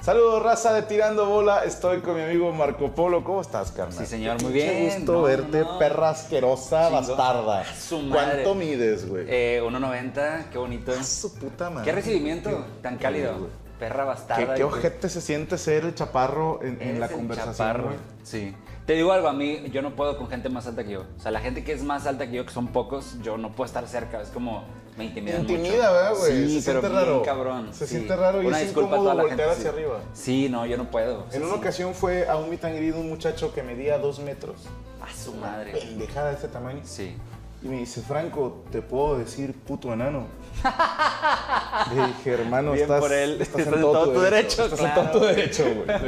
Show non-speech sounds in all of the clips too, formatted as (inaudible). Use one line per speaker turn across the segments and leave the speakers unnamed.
Saludos, raza de Tirando Bola. Estoy con mi amigo Marco Polo. ¿Cómo estás, carnal?
Sí, señor, muy
Qué
bien.
gusto
No,
verte,
no.
perra asquerosa,
Chingón.
bastarda.
Su madre.
¿Cuánto mides, güey?
Eh, 1.90, qué bonito.
Ah, su puta madre.
Qué recibimiento tan cálido.
güey.
Perra
Qué,
bastarda.
qué ojete se siente ser el chaparro en, en
Eres
la
el
conversación,
chaparro.
güey.
Sí. Te digo algo, a mí yo no puedo con gente más alta que yo. O sea, la gente que es más alta que yo, que son pocos, yo no puedo estar cerca. Es como me intimidan
Intimida,
mucho.
¿verdad, güey?
Sí,
Se
pero
siente
bien
raro.
cabrón.
Se
sí.
siente raro y
Una
es
disculpa a
incómodo
toda la
voltear
gente,
hacia
sí.
arriba.
Sí, no, yo no puedo. O sea,
En una
sí.
ocasión fue a un meet and greet un muchacho que medía dos metros.
A su madre.
Pendejada de este tamaño.
Sí.
Y me dice, Franco, ¿te puedo decir puto enano? (laughs) Le dije, hermano,
Bien
estás,
por él.
estás en todo, tu derecho. Estás en
claro.
todo tu derecho, güey. Sí.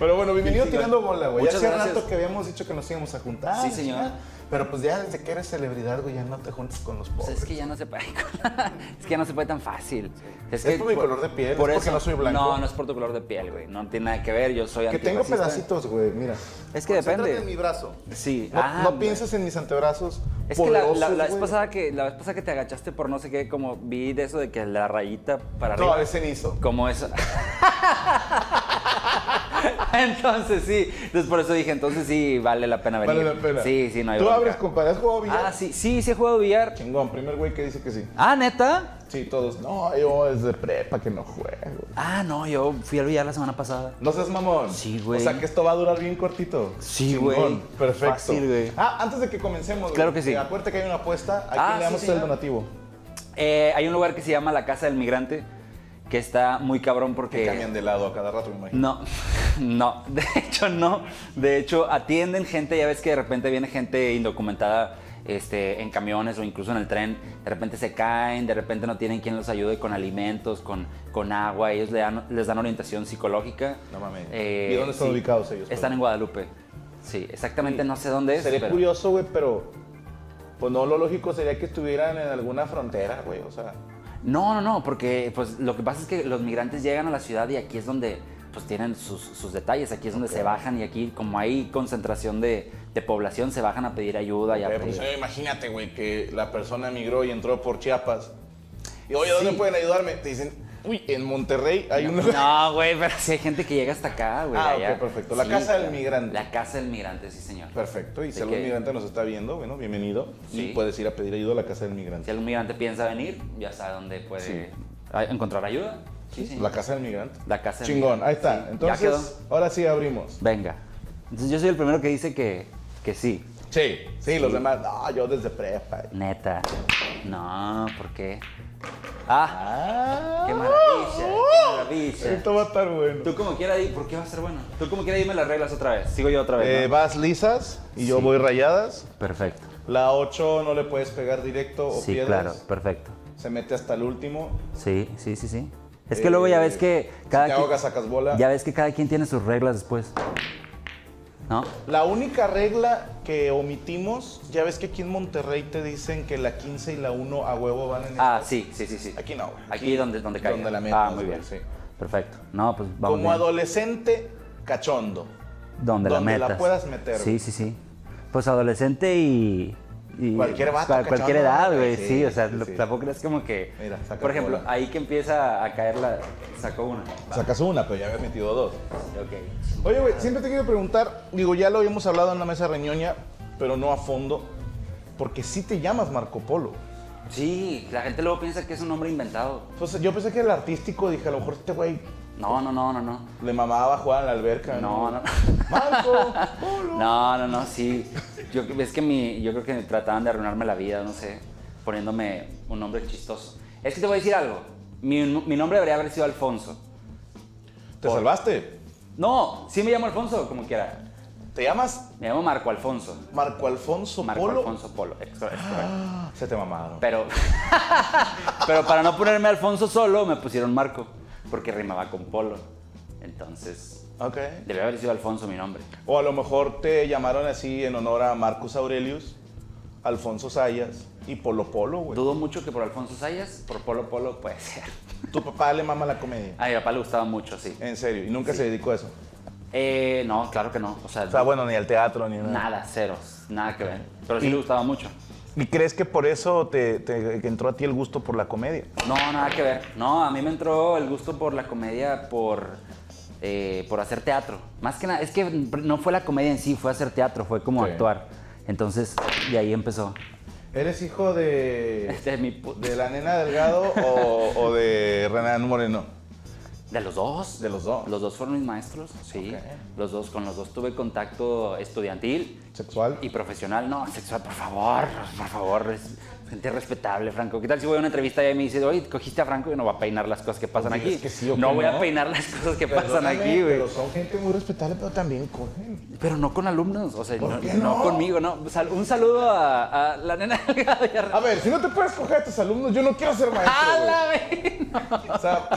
Pero bueno, bienvenido
Sí, sí,
tirando
güey.
bola, güey. Ya
Muchas
Hace
gracias.
rato que habíamos dicho que nos íbamos a juntar.
Sí, señor.
¿sí? Pero pues ya desde que eres celebridad, güey, ya no te juntas con los
O sea,
pobres.
Pues es que ya no se puede. (laughs) es que ya no se puede tan fácil.
Es por mi color de piel, es porque no soy blanco.
No, no es por tu color de piel, güey. No tiene nada que ver. Yo soy
Que tengo
antirracista.
pedacitos, güey, mira.
Es que
Concéntrate en
depende.
mi brazo.
Sí.
No,
Ah,
no
güey.
pienses en mis antebrazos
Es que la, la- la
porosos,
vez
güey.
pasada que, la vez pasada que te agachaste por no sé qué, como vi de eso de que la rayita para arriba.
No, es cenizo.
Como eso. (laughs) entonces sí. Entonces por eso dije, entonces sí, vale la pena venir.
Vale la pena.
Sí, sí, no hay
Tú
bronca.
abres, compadre. ¿Has jugado billar?
Ah, sí, sí, sí he jugado billar.
Chingón, primer güey que dice que sí.
Ah, neta.
Sí, todos. No, yo desde prepa que no juego.
Ah, no, yo fui al billar la semana pasada.
No seas mamón.
Sí, güey.
O sea que esto va a durar bien cortito.
Sí,
Chingón.
güey.
Perfecto.
Fácil, güey.
Ah, antes de que comencemos.
Claro
güey, eh,
que sí.
Acuérdate que hay una apuesta. Aquí
Ah,
le damos
sí,
el
señor.
donativo.
Eh, hay un lugar que se llama la Casa del Migrante, que está muy cabrón
Que
porque.
cambian de lado a cada rato, me imagino.
No, (laughs) no, de hecho no. De hecho, atienden gente, ya ves que de repente viene gente indocumentada este, en camiones o incluso en el tren, de repente se caen, de repente no tienen quien los ayude con alimentos, con, con agua, ellos le dan- les dan orientación psicológica. Eh,
No mames. ¿Y dónde están
sí.
ubicados ellos,
Están
perdón?
en Guadalupe. Sí, exactamente no sé dónde es.
Sería
pero-
curioso, güey, pero. Pues no, lo lógico sería que estuvieran en alguna frontera, güey. O sea.
No, no, no, porque pues lo que pasa es que los migrantes llegan a la ciudad y aquí es donde pues tienen sus, sus detalles, aquí es donde se bajan y aquí como hay concentración de, de población se bajan a pedir ayuda y a
eh,
pedir-
pues, eh, imagínate, güey, que la persona emigró y entró por Chiapas. Y oye, ¿dónde
Sí.
pueden ayudarme? Te dicen, uy, en Monterrey hay un lugar.
(laughs) No, güey, pero si hay gente que llega hasta acá, güey.
pues, eh. Ah,
allá.
ok, perfecto. La casa del migrante.
La casa del migrante, sí, señor.
Perfecto, y si
Así
algún
que-
migrante nos está viendo, bueno, bienvenido.
Sí.
Y puedes ir a pedir ayuda a la casa del migrante.
Si algún migrante piensa venir, ya sabe dónde puede
Sí.
a- encontrar ayuda. Sí, señor.
La casa del migrante.
La casa del
Chingón,
migrante,
ahí está.
sí. Ya
Entonces, ahora sí abrimos.
Venga. Entonces yo soy el primero que dice que, que sí.
Sí, sí, los demás. No, yo desde prepa.
Neta. No, ¿por qué? Ah,
Ah, Uh.
qué maravilla, qué maravilla.
Esto va a estar bueno.
Tú como quiera, di- ¿por qué va a ser bueno? Tú como quiera, dime las reglas otra vez. Sigo yo otra vez.
Eh,
¿no?
vas lisas y yo
Sí.
voy rayadas.
Perfecto.
La 8 no le puedes pegar directo o
Sí,
pierdes.
claro, perfecto.
Se mete hasta el último.
Sí, sí, sí, sí. Es
Eh,
que luego ya ves que cada
si te
quien-
ahogas, sacas bola.
Ya ves que cada quien tiene sus reglas después. ¿No?
La única regla que omitimos, ya ves que aquí en Monterrey te dicen que la 15 y la 1 a huevo van en el-
Ah, sí, sí, sí, sí.
Aquí no, güey.
Aquí, donde donde caiga.
Donde la metas,
Ah, muy
güey,
bien.
sí.
Perfecto. No, pues vamos
Como
bien.
adolescente cachondo.
donde, la
donde la
metas.
puedas meter, güey.
Sí, sí, sí. Pues adolescente y. y-
Cualquier vato,
cual- cualquier
cachondo,
edad,
güey,
güey.
sí,
Sí, o sea,
sí,
lo-
sí.
tampoco crees como que.
Mira, saca
Por ejemplo,
bola.
ahí que empieza a caer la. Sacó una.
Sacas una, pero ya habías metido dos.
Ok.
Oye, güey, siempre te quiero preguntar, digo, ya lo habíamos hablado en la mesa reñoña, pero no a fondo, porque sí te llamas Marco Polo.
Sí, la gente luego piensa que es un nombre inventado.
Entonces, yo pensé que el artístico, dije, a lo mejor este güey
No, no, no, no, no.
le mamaba jugar en la alberca.
No, (laughs) no. (laughs)
Marco Polo.
No, no, no, sí. Yo, es que mi, yo creo que trataban de arruinarme la vida, no sé, poniéndome un nombre chistoso. Es que te voy a decir algo. Mi, mi nombre debería haber sido Alfonso.
¿Te salvaste?
No, sí me llamo Alfonso, como quiera.
¿Te llamas
Me llamo Marco Alfonso.
Marco Alfonso
Marco
Polo?
Alfonso Polo, es cor- es correcto.
Se te mamaron.
Pero, (laughs) pero para no ponerme Alfonso solo, me pusieron Marco, porque rimaba con Polo. Entonces,
Ok.
debería haber sido Alfonso mi nombre.
O a lo mejor te llamaron así en honor a Marcus Aurelius, Alfonso Sayas y Polo Polo, güey.
Dudo mucho que por Alfonso Sayas, por Polo Polo puede ser.
Tu papá le mama la comedia.
A mi papá le gustaba mucho, sí.
En serio, y nunca se dedicó a eso.
Eh, no, claro que no. O sea,
O sea, bueno, ni al teatro, ni nada.
nada, ceros, nada que ver. Pero sí
Y-
le gustaba mucho.
¿Y crees que por eso te, te- que entró a ti el gusto por la comedia?
No, nada que ver. No, a mí me entró el gusto por la comedia por eh, por hacer teatro. Más que nada, es que no fue la comedia en sí, fue hacer teatro, fue como
Sí.
actuar. Entonces, de ahí empezó.
¿Eres hijo de,
Este es mi pu-
de la nena Delgado o, o de Renan Moreno?
¿De los dos?
De los dos.
Los dos fueron mis maestros, sí.
Ok.
Los dos, con los dos tuve contacto estudiantil
¿Sexual?
y profesional. No, sexual, por favor, por favor, es gente respetable, Franco. ¿Qué tal si voy a una entrevista y me dice, oye, cogiste a Franco y no va a peinar las cosas que pasan
Pues
aquí?
digas que sí o que
no voy a
no.
peinar las cosas que pasan
Perdóname,
aquí, güey.
Pero son gente muy respetable, pero también cogen.
Pero no con alumnos, o sea,
¿Por
no,
qué
no
no?
conmigo, no. Sal- un saludo a, a la nena (laughs) Delgado y a
A ver, si no te puedes coger a tus alumnos, yo no quiero ser maestro.
¡A
güey.
la vez!
O
(laughs)
sea,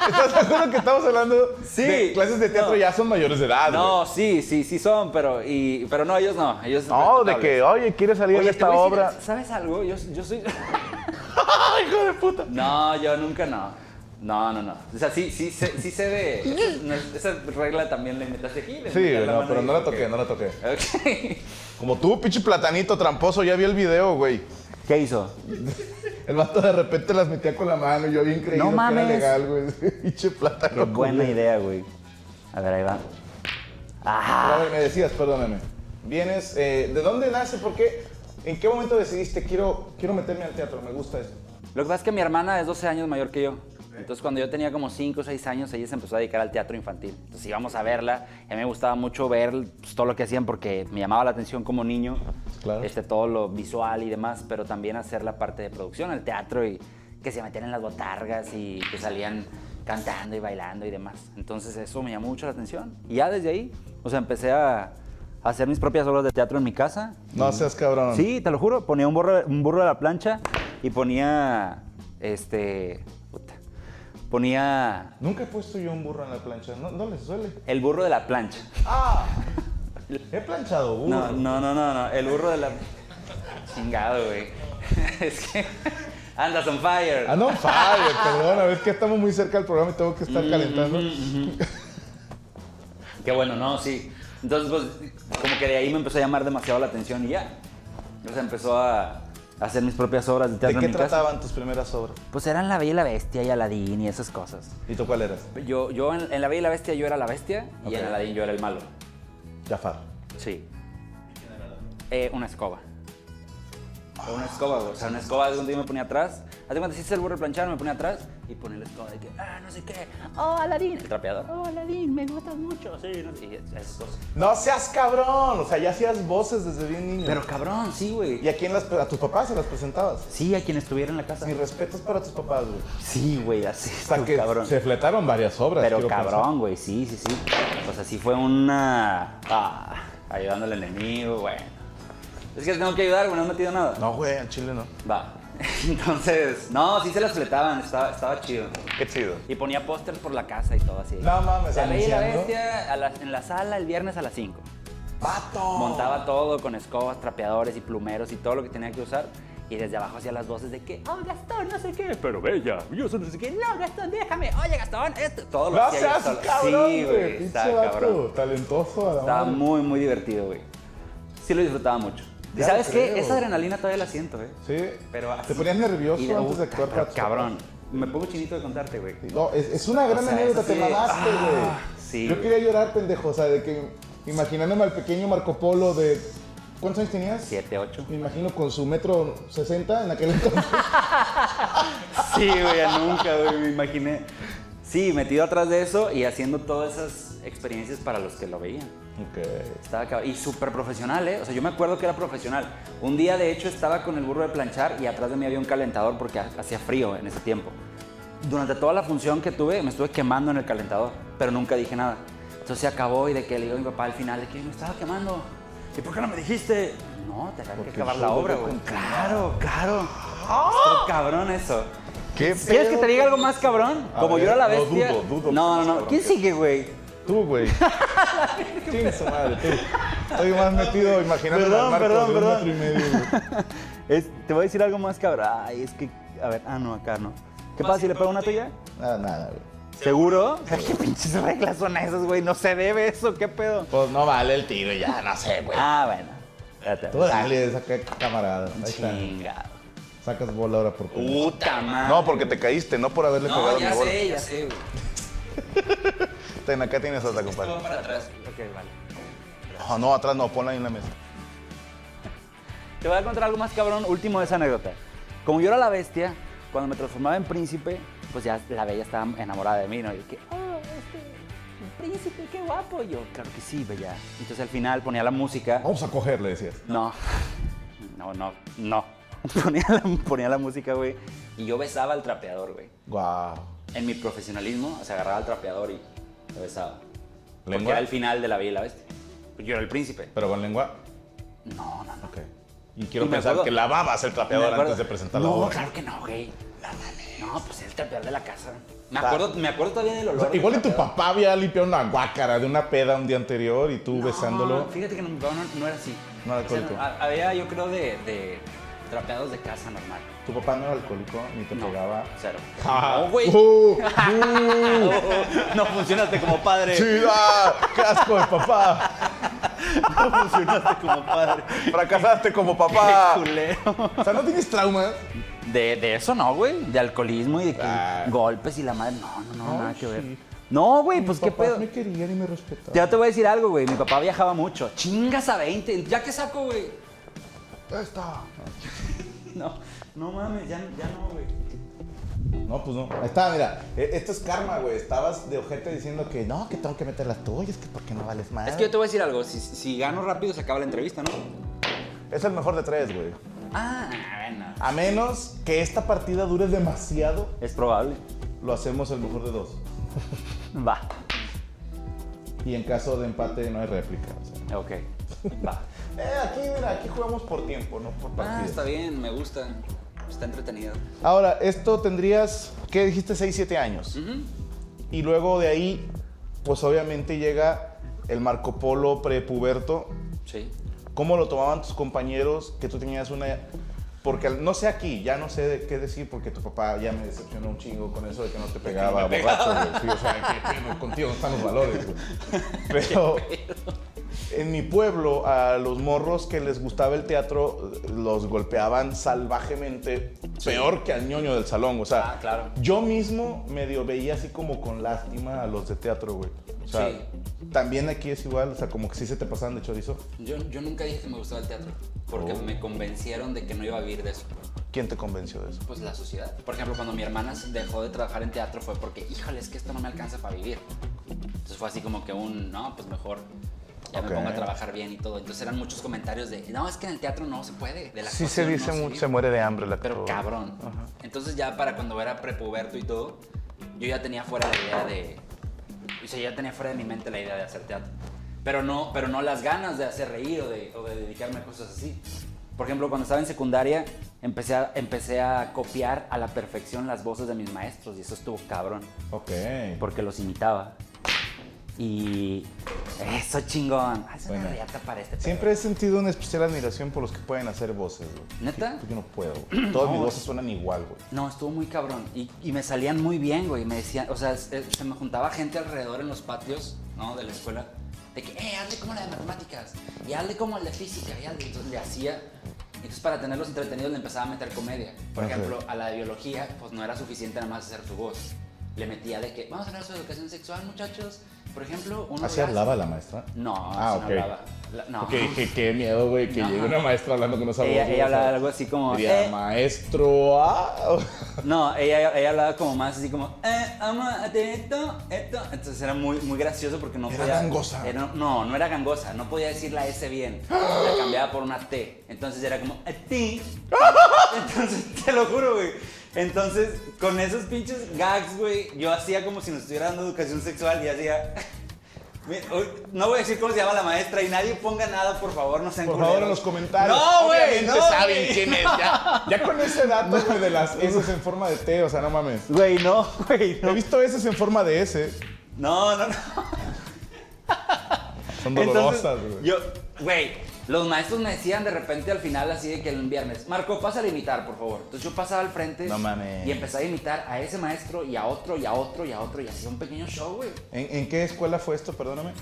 ¿Estás de acuerdo que estamos hablando
Sí.
de clases de teatro
No.
ya son mayores de edad? güey?
No, sí, sí, sí son, pero, y, pero no, ellos no. Ellos
No, de que, oye, quiere salir
Oye,
de
te
esta
voy a decir, ¡Ah,
obra.
¿Sabes algo? Yo, yo soy. (laughs)
¡Hijo de puta!
No, yo nunca no. No, no, no. O sea, sí, sí, se- sí se ve. Esa- Esa regla también la inventaste aquí. le
Sí,
metes
güey, no,
la mano
pero
ahí,
no la
ok.
toqué, no la toqué.
Ok. (laughs)
Como tú, pinche platanito tramposo, ya vi el video, güey.
¿Qué hizo?
El vato de repente las metía con la mano, yo bien creído
No
que era
mames.
legal, güey. (laughs) Pinche plátano.
Qué buena idea, güey. A ver, ahí va.
A
¡Ah!
ver, me decías, perdóname. Vienes, eh, ¿de dónde nace? ¿Por qué? ¿En qué momento decidiste quiero, quiero meterme al teatro? Me gusta eso.
Lo que pasa es que mi hermana es 12 años mayor que yo. Entonces, cuando yo tenía como 5 o 6 años, ella se empezó a dedicar al teatro infantil. Entonces, íbamos a verla. A mí me gustaba mucho ver pues, todo lo que hacían porque me llamaba la atención como niño.
Claro.
Este, todo lo visual y demás, pero también hacer la parte de producción, el teatro y que se metían en las botargas y que salían cantando y bailando y demás. Entonces, eso me llamó mucho la atención. Y ya desde ahí, o sea, empecé a a hacer mis propias obras de teatro en mi casa.
No seas cabrón.
Sí, te lo juro. Ponía un burro, un burro a la plancha y ponía. Este. puta, ponía.
Nunca he puesto yo un burro en la plancha. No, no les duele.
El burro de la plancha.
¡Ah! He planchado burro.
No, no, no, no, no. El burro de la. Chingado, güey. (laughs) es que. Andas on fire.
Ah, no, fire, perdona, es que estamos muy cerca del programa y tengo que
Mm-hmm.
estar calentando.
Qué bueno, no, sí. Entonces, pues, como que de ahí me empezó a llamar demasiado la atención y ya. O sea, empezó a a hacer mis propias obras de
¿De
teatro
qué
en mi casa.
trataban tus primeras obras?
Pues eran La Bella y la Bestia y Aladín y esas cosas.
¿Y tú cuál eras?
Yo, yo en, en La Bella y la Bestia yo era la bestia y en
Ok.
Aladdin yo era el malo.
Jafar.
Sí. Eh, una escoba. O Una escoba, güey. O sea, una escoba es donde yo me ponía atrás. Hazte cuenta, si es el burro planchado, me ponía atrás y ponía la escoba de que, ah, no sé qué. Oh, Aladín. El trapeador. Oh, Aladín, me gustas mucho. Sí, no sé. Y esas cosas.
No seas cabrón, o sea, ya hacías voces desde bien niño.
Pero cabrón, sí, güey.
¿Y a quién las, a tus papás se las presentabas?
Sí, a quien estuviera en la casa.
Mis respetos para tus papás, güey.
Sí, güey, así.
O sea,
tú,
que
cabrón.
se fletaron varias obras.
Pero
quiero pensar.
cabrón, güey, sí, sí, sí. O sea, sí fue una. Ah, ayudando al enemigo, güey. Es que tengo que ayudar, güey, no has metido nada.
No, güey, al chile no.
Va. (laughs) Entonces, no, sí se las fletaban, estaba, estaba chido.
Qué chido.
Y ponía pósters por la casa y todo así.
No mames,
La Bella y la
anunciando.
bestia a las- en la sala el viernes a las 5.
¡Pato!
Montaba todo con escobas, trapeadores y plumeros y todo lo que tenía que usar. Y desde abajo hacía las voces de que, oh Gastón, no sé qué, pero bella, yo soy no sé qué, no Gastón, déjame, oye Gastón, esto, todo lo
No
hacía yo
seas
solo.
cabrón, güey.
Sí, güey,
Pinche
estaba
vato
cabrón.
Talentoso a la
Estaba
madre.
muy, muy divertido, güey. Sí lo disfrutaba mucho. ¿Y
Ya
sabes
lo
qué?
creo.
Esa adrenalina todavía la siento, güey.
Sí.
Pero así-
¿Te ponías nervioso
y de-
antes de
Uy,
actuar para tus
Cabrón, me pongo chinito de contarte, güey.
No, es, es una gran
sea,
anécdota,
eso sí
te
de-
mamaste, güey.
Ah, sí,
Yo
güey.
quería llorar, pendejo, o sea, de que imaginándome al pequeño Marco Polo de. ¿Cuántos años tenías?
Siete, ocho.
Me imagino con su metro 60 en aquel
(laughs)
entonces.
Sí, güey, ya nunca, güey, me imaginé. Sí, metido atrás de eso y haciendo todas esas experiencias para los que lo veían.
ok.
Estaba cab- Y súper profesional, ¿eh? O sea, yo me acuerdo que era profesional. Un día, de hecho, estaba con el burro de planchar y atrás de mí había un calentador porque ha- hacía frío en ese tiempo. Durante toda la función que tuve, me estuve quemando en el calentador, pero nunca dije nada. Entonces se acabó y de que le digo a mi papá al final de que me estaba quemando. ¿Y por qué no me dijiste? No, te que
Porque
acabar
el
la
show ¡Ah!
obra,
debe
güey.
continuar.
Claro, claro. Estuvo cabrón eso.
¿Qué
¿Quieres
pedo,
que te diga algo más cabrón?
A
Como
ver,
yo era la
no,
bestia.
dudo, dudo que
no,
seas
no, no.
cabrón.
¿Quién sigue, güey?
Tú, güey. Chinga su madre, tú. Estoy más metido imaginando
Perdón,
al Marco
perdón,
de un
perdón.
metro y medio, güey.
Es- te voy a decir algo más cabrón. Ay, es que. A ver, ah, no, acá no. ¿Qué pasa si le pego una tuya?
Nada, nada, güey.
¿Seguro? (laughs) ¿Qué pinches reglas son esas, güey? No se debe eso, ¿qué pedo?
Pues no vale el tiro ya, no sé, güey.
Ah, bueno. Espérate.
Tú dale, saca camarada. Ahí está.
Chingado.
Sacas bola ahora por culo.
Puta madre.
No, porque te caíste, no por haberle pues, pegado
No, ya
mi bola.
sé, ya sé, güey.
Ten, acá tienes otra, compadre.
Todo para atrás. Ok, vale.
No, no, atrás no, ponla ahí en la mesa.
Te voy a contar algo más cabrón, último de esa anécdota. Como yo era la bestia, cuando me transformaba en príncipe, pues ya la bella estaba enamorada de mí, ¿no? Y que, oh, este, príncipe, qué guapo. Y yo, claro que sí, bella. Entonces al final ponía la música.
Vamos a coger, le decías.
No, no, no, no. (laughs) Ponía la, ponía la música, güey. Y yo besaba al trapeador, güey.
Guau.
En mi profesionalismo, se agarraba al trapeador y lo besaba. Porque
¿Lengua?
era el final de la bella y la bestia. Yo era el príncipe.
Pero con lengua.
No, no, no.
Ok. Y quiero
Y me
pensar
acuerdo-
que lavabas el
Me
trapeador
acuerdo-
antes de presentar la
No,
obra.
claro que no, güey. No, pues el trapeador de la casa. Me acuerdo, me acuerdo todavía del olor.
O sea,
del
igual y tu
trapeador.
papá había limpiado una guácara de una peda un día anterior y tú
No,
besándolo.
Ah, Fíjate que no, mi papá no, no era así.
No era
O sea,
alcohólico.
ha- había, yo creo, de, de trapeados de casa normal.
Tu papá no era alcohólico ni te
No,
pegaba.
Cero.
Ah,
No, güey.
uh,
No funcionaste como padre.
¡Chida! ¡Qué asco de papá!
No funcionaste como padre.
¡Fracasaste como papá!
Qué culero.
O sea, ¿no tienes traumas?
De, de eso no, güey. De alcoholismo y de que
Ah.
golpes y la madre. No, no, no,
Ay,
nada que ver.
sí.
No, güey, pues qué
Papás
pedo.
me querían y me respetaban.
Ya te voy a decir algo, güey. Mi papá viajaba mucho. Chingas a 20. Ya que saco, güey.
Ahí está.
(laughs) No, no mames, ya, ya no, güey.
No, pues no. Ahí está, mira. E- Esto es karma, güey. Estabas de ojete diciendo que no, que tengo que meter las tuyas, que porque no vales más.
Es que yo te voy a decir algo. Si, si gano rápido, se acaba la entrevista, ¿no?
Es el mejor de tres, güey.
Ah, bueno.
A menos que esta partida dure demasiado,
Es probable.
lo hacemos el mejor de dos.
Va.
Y en caso de empate no hay réplica. o sea.
Ok. Va.
Eh, aquí, mira, aquí jugamos por tiempo, no por
Ah,
partidas.
está bien, me gusta. Está entretenido.
Ahora, esto tendrías, ¿qué dijiste? 6, 7 años.
Ujú.
Y luego de ahí, pues obviamente llega el Marco Polo prepuberto.
Sí.
¿Cómo lo tomaban tus compañeros? Que tú tenías una... Porque al- no sé aquí, ya no sé de qué decir porque tu papá ya me decepcionó un chingo con eso de que no te pegaba, borracho. güey. Sí, o sea, que, que no- contigo no están los valores. güey.
(laughs)
Pero en mi pueblo a los morros que les gustaba el teatro los golpeaban salvajemente, peor que al ñoño del salón. O sea,
Ah, claro.
yo mismo medio veía así como con lástima a los de teatro, güey. O sea,
Sí.
también aquí es igual, o sea, como que sí se te pasaban de chorizo.
Yo, yo nunca dije que me gustaba el teatro. Porque
Oh.
me convencieron de que no iba a vivir de eso.
¿Quién te convenció de eso?
Pues la sociedad. Por ejemplo, cuando mi hermana dejó de trabajar en teatro fue porque, híjole, es que esto no me alcanza para vivir. Entonces fue así como que un, no, pues mejor ya
Ok.
me pongo a trabajar bien y todo. Entonces eran muchos comentarios de, no, es que en el teatro no se puede. De la
Sí se
actuación no
dice mucho,
vive".
se muere de hambre la
Pero cabrón. Entonces ya para cuando era prepuberto y todo, yo ya tenía fuera la idea de... O sea, ya tenía fuera de mi mente la idea de hacer teatro. Pero no, pero no las ganas de hacer reír o de, o de dedicarme a cosas así. Por ejemplo, cuando estaba en secundaria, empecé a, empecé a copiar a la perfección las voces de mis maestros y eso estuvo cabrón,
Ok.
porque los imitaba. Y eso chingón. Haz una
Bueno.
riata para este pedo.
Siempre he sentido una especial admiración por los que pueden hacer voces, güey.
¿Neta?
Yo no puedo.
(clears throat)
güey. Todas mis voces suenan igual, güey.
No, estuvo muy cabrón. Y, y me salían muy bien, güey. Me decían, o sea, se se me juntaba gente alrededor en los patios, ¿no? De la escuela. De que, eh, hazle como la de matemáticas. Y hazle como el de física. Y hazle. Entonces le hacía. Entonces para tenerlos entretenidos le empezaba a meter comedia. Por
Ok.
ejemplo, a la de biología, pues no era suficiente nada más hacer su voz. Le metía de que, vamos a hablar sobre educación sexual, muchachos. Por ejemplo, un
¿Así
orgasmo".
hablaba la maestra?
No,
Ah, ok. (laughs)
así no hablaba. La- no.
Que que- qué miedo, güey, que
No.
llegue una maestra hablando con esa voz.
Ella,
güey,
ella
o sea, (laughs)
hablaba algo así como...
diría,
"Eh,
maestro, ah.
No, ella, ella hablaba como más así como, eh, vamos a hacer esto, esto. Entonces era muy, muy gracioso porque no
Era
podía.
gangosa. ¡Ah!
era- no, no era gangosa, no podía decir la S bien. La cambiaba por una T. Entonces era como, a ti.
¡Ah!
Entonces, te lo juro, güey. Entonces, con esos pinches gags, güey, yo hacía como si nos estuviera dando educación sexual y hacía. (laughs) Mira, hoy- No voy a decir cómo se llama la maestra y nadie ponga nada, por favor, no
(laughs)
sean
Por favor,
culeros.
en los comentarios.
No, güey,
Obviamente
no,
saben
güey.
quién es. Ya, ya con ese dato, güey, de las S en forma de T, o sea, no mames.
Güey, no, güey,
He
no.
visto S en forma de S.
No, no, no.
Son
Entonces,
dolorosas, güey.
Yo, güey, los maestros me decían de repente al final, así de que el viernes, Marco, pasa a imitar, por favor. Entonces yo pasaba al frente
No mames.
y empezaba a imitar a ese maestro y a otro y a otro y a otro y hacía un pequeño show, güey.
¿En, en qué escuela fue esto? Perdóname.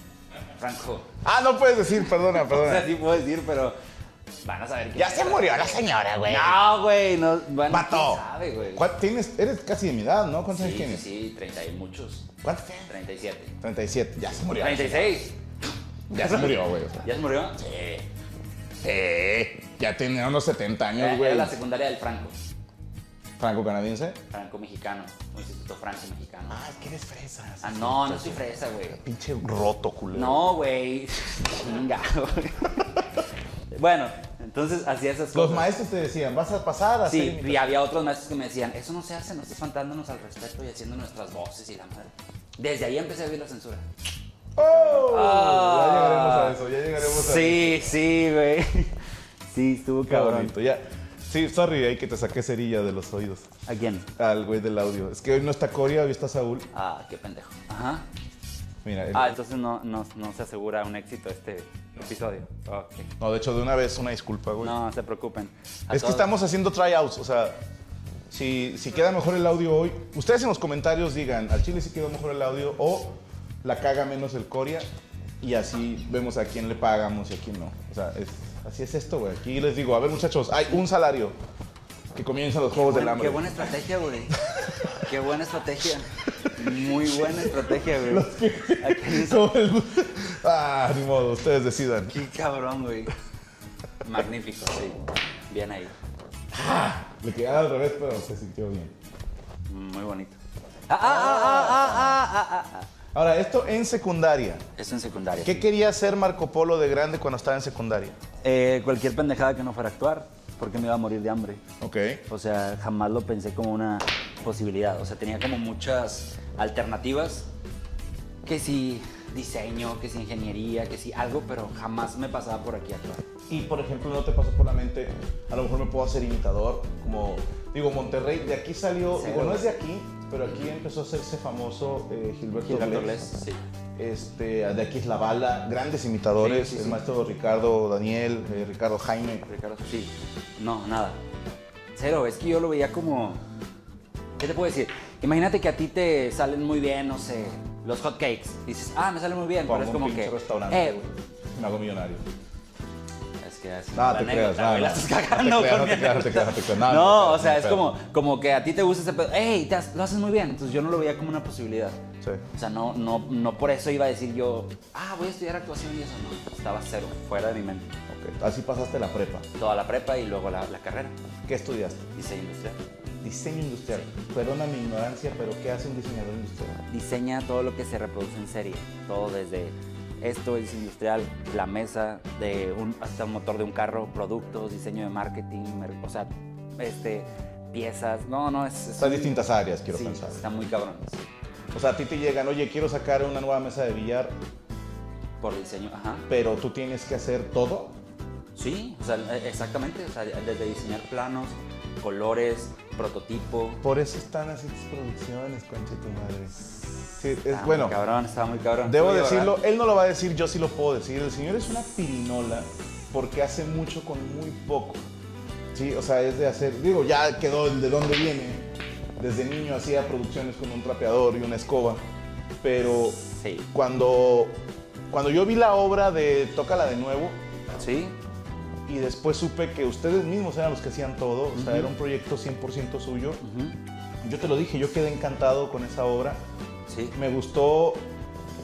Franco.
Ah, no puedes decir, perdona,
O sea, (laughs)
perdona.
sí puedo decir, pero Van a saber quién
Ya
es.
se murió la señora, güey.
No, güey, no. Bueno,
Vato.
¿quién sabe, güey?
¿Cuál- tienes- eres casi de mi edad, ¿no? ¿Cuántos
Sí,
años
sí,
tienes?
sí, 30 y muchos.
¿Cuántos tienes?
37.
37. Ya se murió.
36.
Ya se murió, güey. o
(laughs)
sea.
¿Ya se murió? Eh, Sí.
Sí. Ya tiene unos 70
Era,
años,
era
güey.
Eh, la secundaria del Franco.
Franco-canadiense.
Franco mexicano. Un instituto franco mexicano.
es que eres fresas.
Ah, no, no soy fresa, güey.
Pinche roto, culero.
No, güey. (laughs) Chinga, güey. Bueno, entonces hacía esas
Los
cosas.
maestros te decían, vas a pasar a
Sí,
hacer
y
imitación.
había otros maestros que me decían, eso no se hace, no estás faltándonos al respeto y haciendo nuestras voces y la madre. Desde ahí empecé a vivir la censura.
¡Oh!
Ah.
ya llegaremos a eso, ya llegaremos a eso.
Sí, sí, güey. (laughs) Sí, estuvo
Qué
cabrón.
bonito, ya. Sí, sorry, ahí que te saqué cerilla de los oídos.
¿A quién?
Al güey del audio. Es que hoy no está Coria, hoy está Saúl.
Ah, qué pendejo. Ajá.
Mira, él-
Ah, entonces no, no, no se asegura un éxito este episodio. Ok.
no, de hecho, de una vez, una disculpa, güey.
No, se preocupen. A
Es que
todos-
estamos haciendo tryouts, o sea, si, si queda mejor el audio hoy, ustedes en los comentarios digan, al chile sí quedó mejor el audio o la caga menos el Coria y así vemos a quién le pagamos y a quién no. O sea, es- así es esto, güey. Aquí les digo, a ver muchachos, hay un salario que comienzan los Juegos del
Bueno,
Hambre. (laughs)
Qué buena estrategia, güey. Qué buena estrategia. Muy buena estrategia, güey. Aquí es-
Todo el- Ah, ni modo, ustedes decidan.
Qué cabrón, güey. Magnífico, sí. Bien ahí.
Le quedaba al revés, pero se sintió bien.
Muy bonito. Ah, ah, ah, ah, ah, ah, ah, ah.
Ahora, esto en secundaria.
Es en secundaria.
¿Qué quería hacer Marco Polo de grande cuando estaba en secundaria?
Eh, cualquier pendejada que no fuera a actuar, porque me iba a morir de hambre.
Ok.
O sea, jamás lo pensé como una posibilidad. O sea, tenía como muchas alternativas. Que si diseño, que si ingeniería, que si algo, pero jamás me pasaba por aquí actuar.
y por ejemplo no te pasó por la mente, a lo mejor me puedo hacer imitador, como digo, Monterrey, de aquí salió,
Sí,
digo, no
güey.
es de aquí, pero aquí empezó a hacerse famoso eh, Gilberto, Blés.
Gilberto Blés, sí.
Este, de aquí es La Bala, grandes imitadores,
Sí, sí,
el
sí.
maestro Ricardo Daniel, eh, Ricardo Jaime.
Ricardo, sí. No, nada. Cero, es que yo lo veía como... ¿Qué te puedo decir? Imagínate que a ti te salen muy bien, no sé, los hot cakes. Dices, ah, me salen muy bien, pero
Pongo
es
un
como
pinche
que...
restaurante,
eh,
güey. Me hago millonario.
es que así...
No,
la
te
anécdota,
creas, no,
güey,
no.
la estás cagando
No te creas,
con
no te
mi
creas, no te creas, no te creas. No, no te
(laughs) No, o
creas,
sea,
no
es
te
como, como que a ti te gusta ese pedo. ¡Ey! te has- lo haces muy bien. Entonces yo no lo veía como una posibilidad.
Sí.
O sea, no, no, no por eso iba a decir yo, ah, voy a estudiar actuación y eso. No, estaba cero, fuera de mi mente.
Ok, Así pasaste la prepa.
Toda la prepa y luego la, la carrera.
¿Qué estudiaste?
Diseño industrial.
Diseño industrial. Perdona mi ignorancia, pero ¿qué hace un diseñador industrial?
Diseña todo lo que se reproduce en serie. Todo desde esto es industrial, la mesa, de un, hasta un motor de un carro, productos, diseño de marketing, mer- o sea, este, piezas. No, no, es... es
Estas
un-
distintas áreas, quiero
sí,
pensar.
está muy cabrón. sí.
O sea, a ti te llegan, oye, quiero sacar una nueva mesa de billar,
Por diseño, ajá.
pero tú tienes que hacer todo.
Sí, o sea, e- exactamente. O sea, desde diseñar planos, colores, prototipo.
Por eso están así tus producciones, concha de tu madre. Sí, es
Estaba muy
bueno.
cabrón, estaba muy cabrón.
Debo
Sí, ¿verdad?
decirlo, él no lo va a decir, yo sí lo puedo decir. El señor es una pirinola porque hace mucho con muy poco. Sí, o sea, es de hacer, digo, ya quedó el de dónde viene. Desde niño hacía producciones con un trapeador y una escoba, pero
Sí.
cuando cuando yo vi la obra de Tócala de nuevo,
Sí,
y después supe que ustedes mismos eran los que hacían todo, o sea, era un proyecto 100% suyo.
ujú,
Yo te lo dije, yo quedé encantado con esa obra.
sí.
Me gustó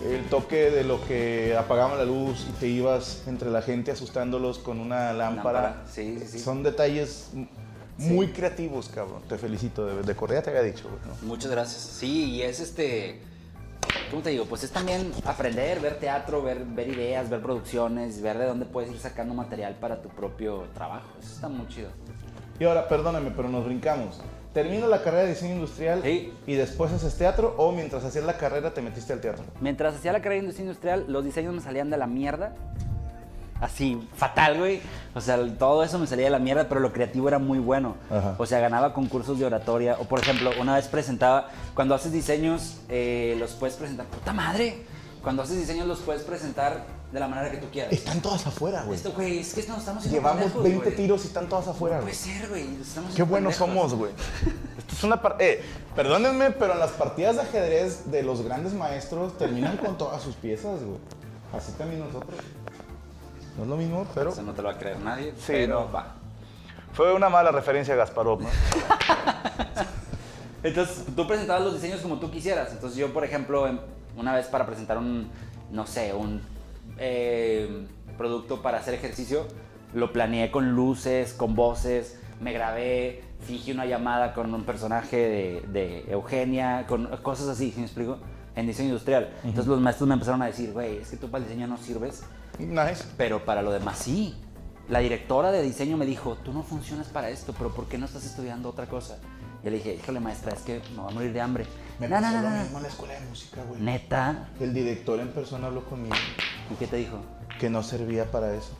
el toque de lo que apagaban la luz y te ibas entre la gente asustándolos con una lámpara.
Lámpara, sí, sí, sí.
Son detalles m- muy creativos, cabrón. Te felicito, de, de Corea te había dicho, güey, ¿no?
Muchas gracias. Sí, y es este. ¿Cómo te digo? Pues es también aprender, ver teatro, ver, ver ideas, ver producciones, ver de dónde puedes ir sacando material para tu propio trabajo. Eso está muy chido.
Y ahora, perdóname, pero nos brincamos. Termino la carrera de diseño industrial
Sí.
y después haces teatro o mientras hacías la carrera te metiste al teatro.
Mientras hacía la carrera de industria industrial, los diseños me salían de la mierda. Así, fatal, güey. O sea, todo eso me salía de la mierda, pero lo creativo era muy bueno.
Ajá.
O sea, ganaba concursos de oratoria. O, por ejemplo, una vez presentaba, cuando haces diseños, eh, los puedes presentar. ¡Puta madre! Cuando haces diseños, los puedes presentar de la manera que tú quieras.
Están todas afuera, güey.
Esto, güey, es que nos estamos haciendo
Llevamos
pendejos,
20
güey.
tiros y están todas afuera,
No
güey.
puede ser, güey. nos estamos
Qué
haciendo
buenos
pendejos.
somos, güey. Esto es una par- eh, perdónenme, pero en las partidas de ajedrez de los grandes maestros terminan con todas sus piezas, güey. Así también nosotros. No es lo mismo, pero.
Eso no te lo va a creer nadie,
Sí,
pero
no.
va.
Fue una mala referencia a Gasparov, ¿no?
Entonces, tú presentabas los diseños como tú quisieras. Entonces, yo, por ejemplo, en- una vez para presentar un, no sé, un eh, producto para hacer ejercicio, lo planeé con luces, con voces, me grabé, fingí una llamada con un personaje de, de Eugenia, con cosas así, ¿sí me explico? En diseño industrial. Entonces, los maestros me empezaron a decir, güey, es que tú para el diseño no sirves,
Nice.
pero para lo demás sí. La directora de diseño me dijo, tú no funcionas para esto, pero ¿por qué no estás estudiando otra cosa? Y le dije, híjole maestra, es que me voy a morir de hambre.
Me
no, no,
pasó
no,
lo
no, no.
mismo en la escuela de música, güey.
Neta,
El director en persona habló conmigo
¿y qué te dijo?
que no servía para eso.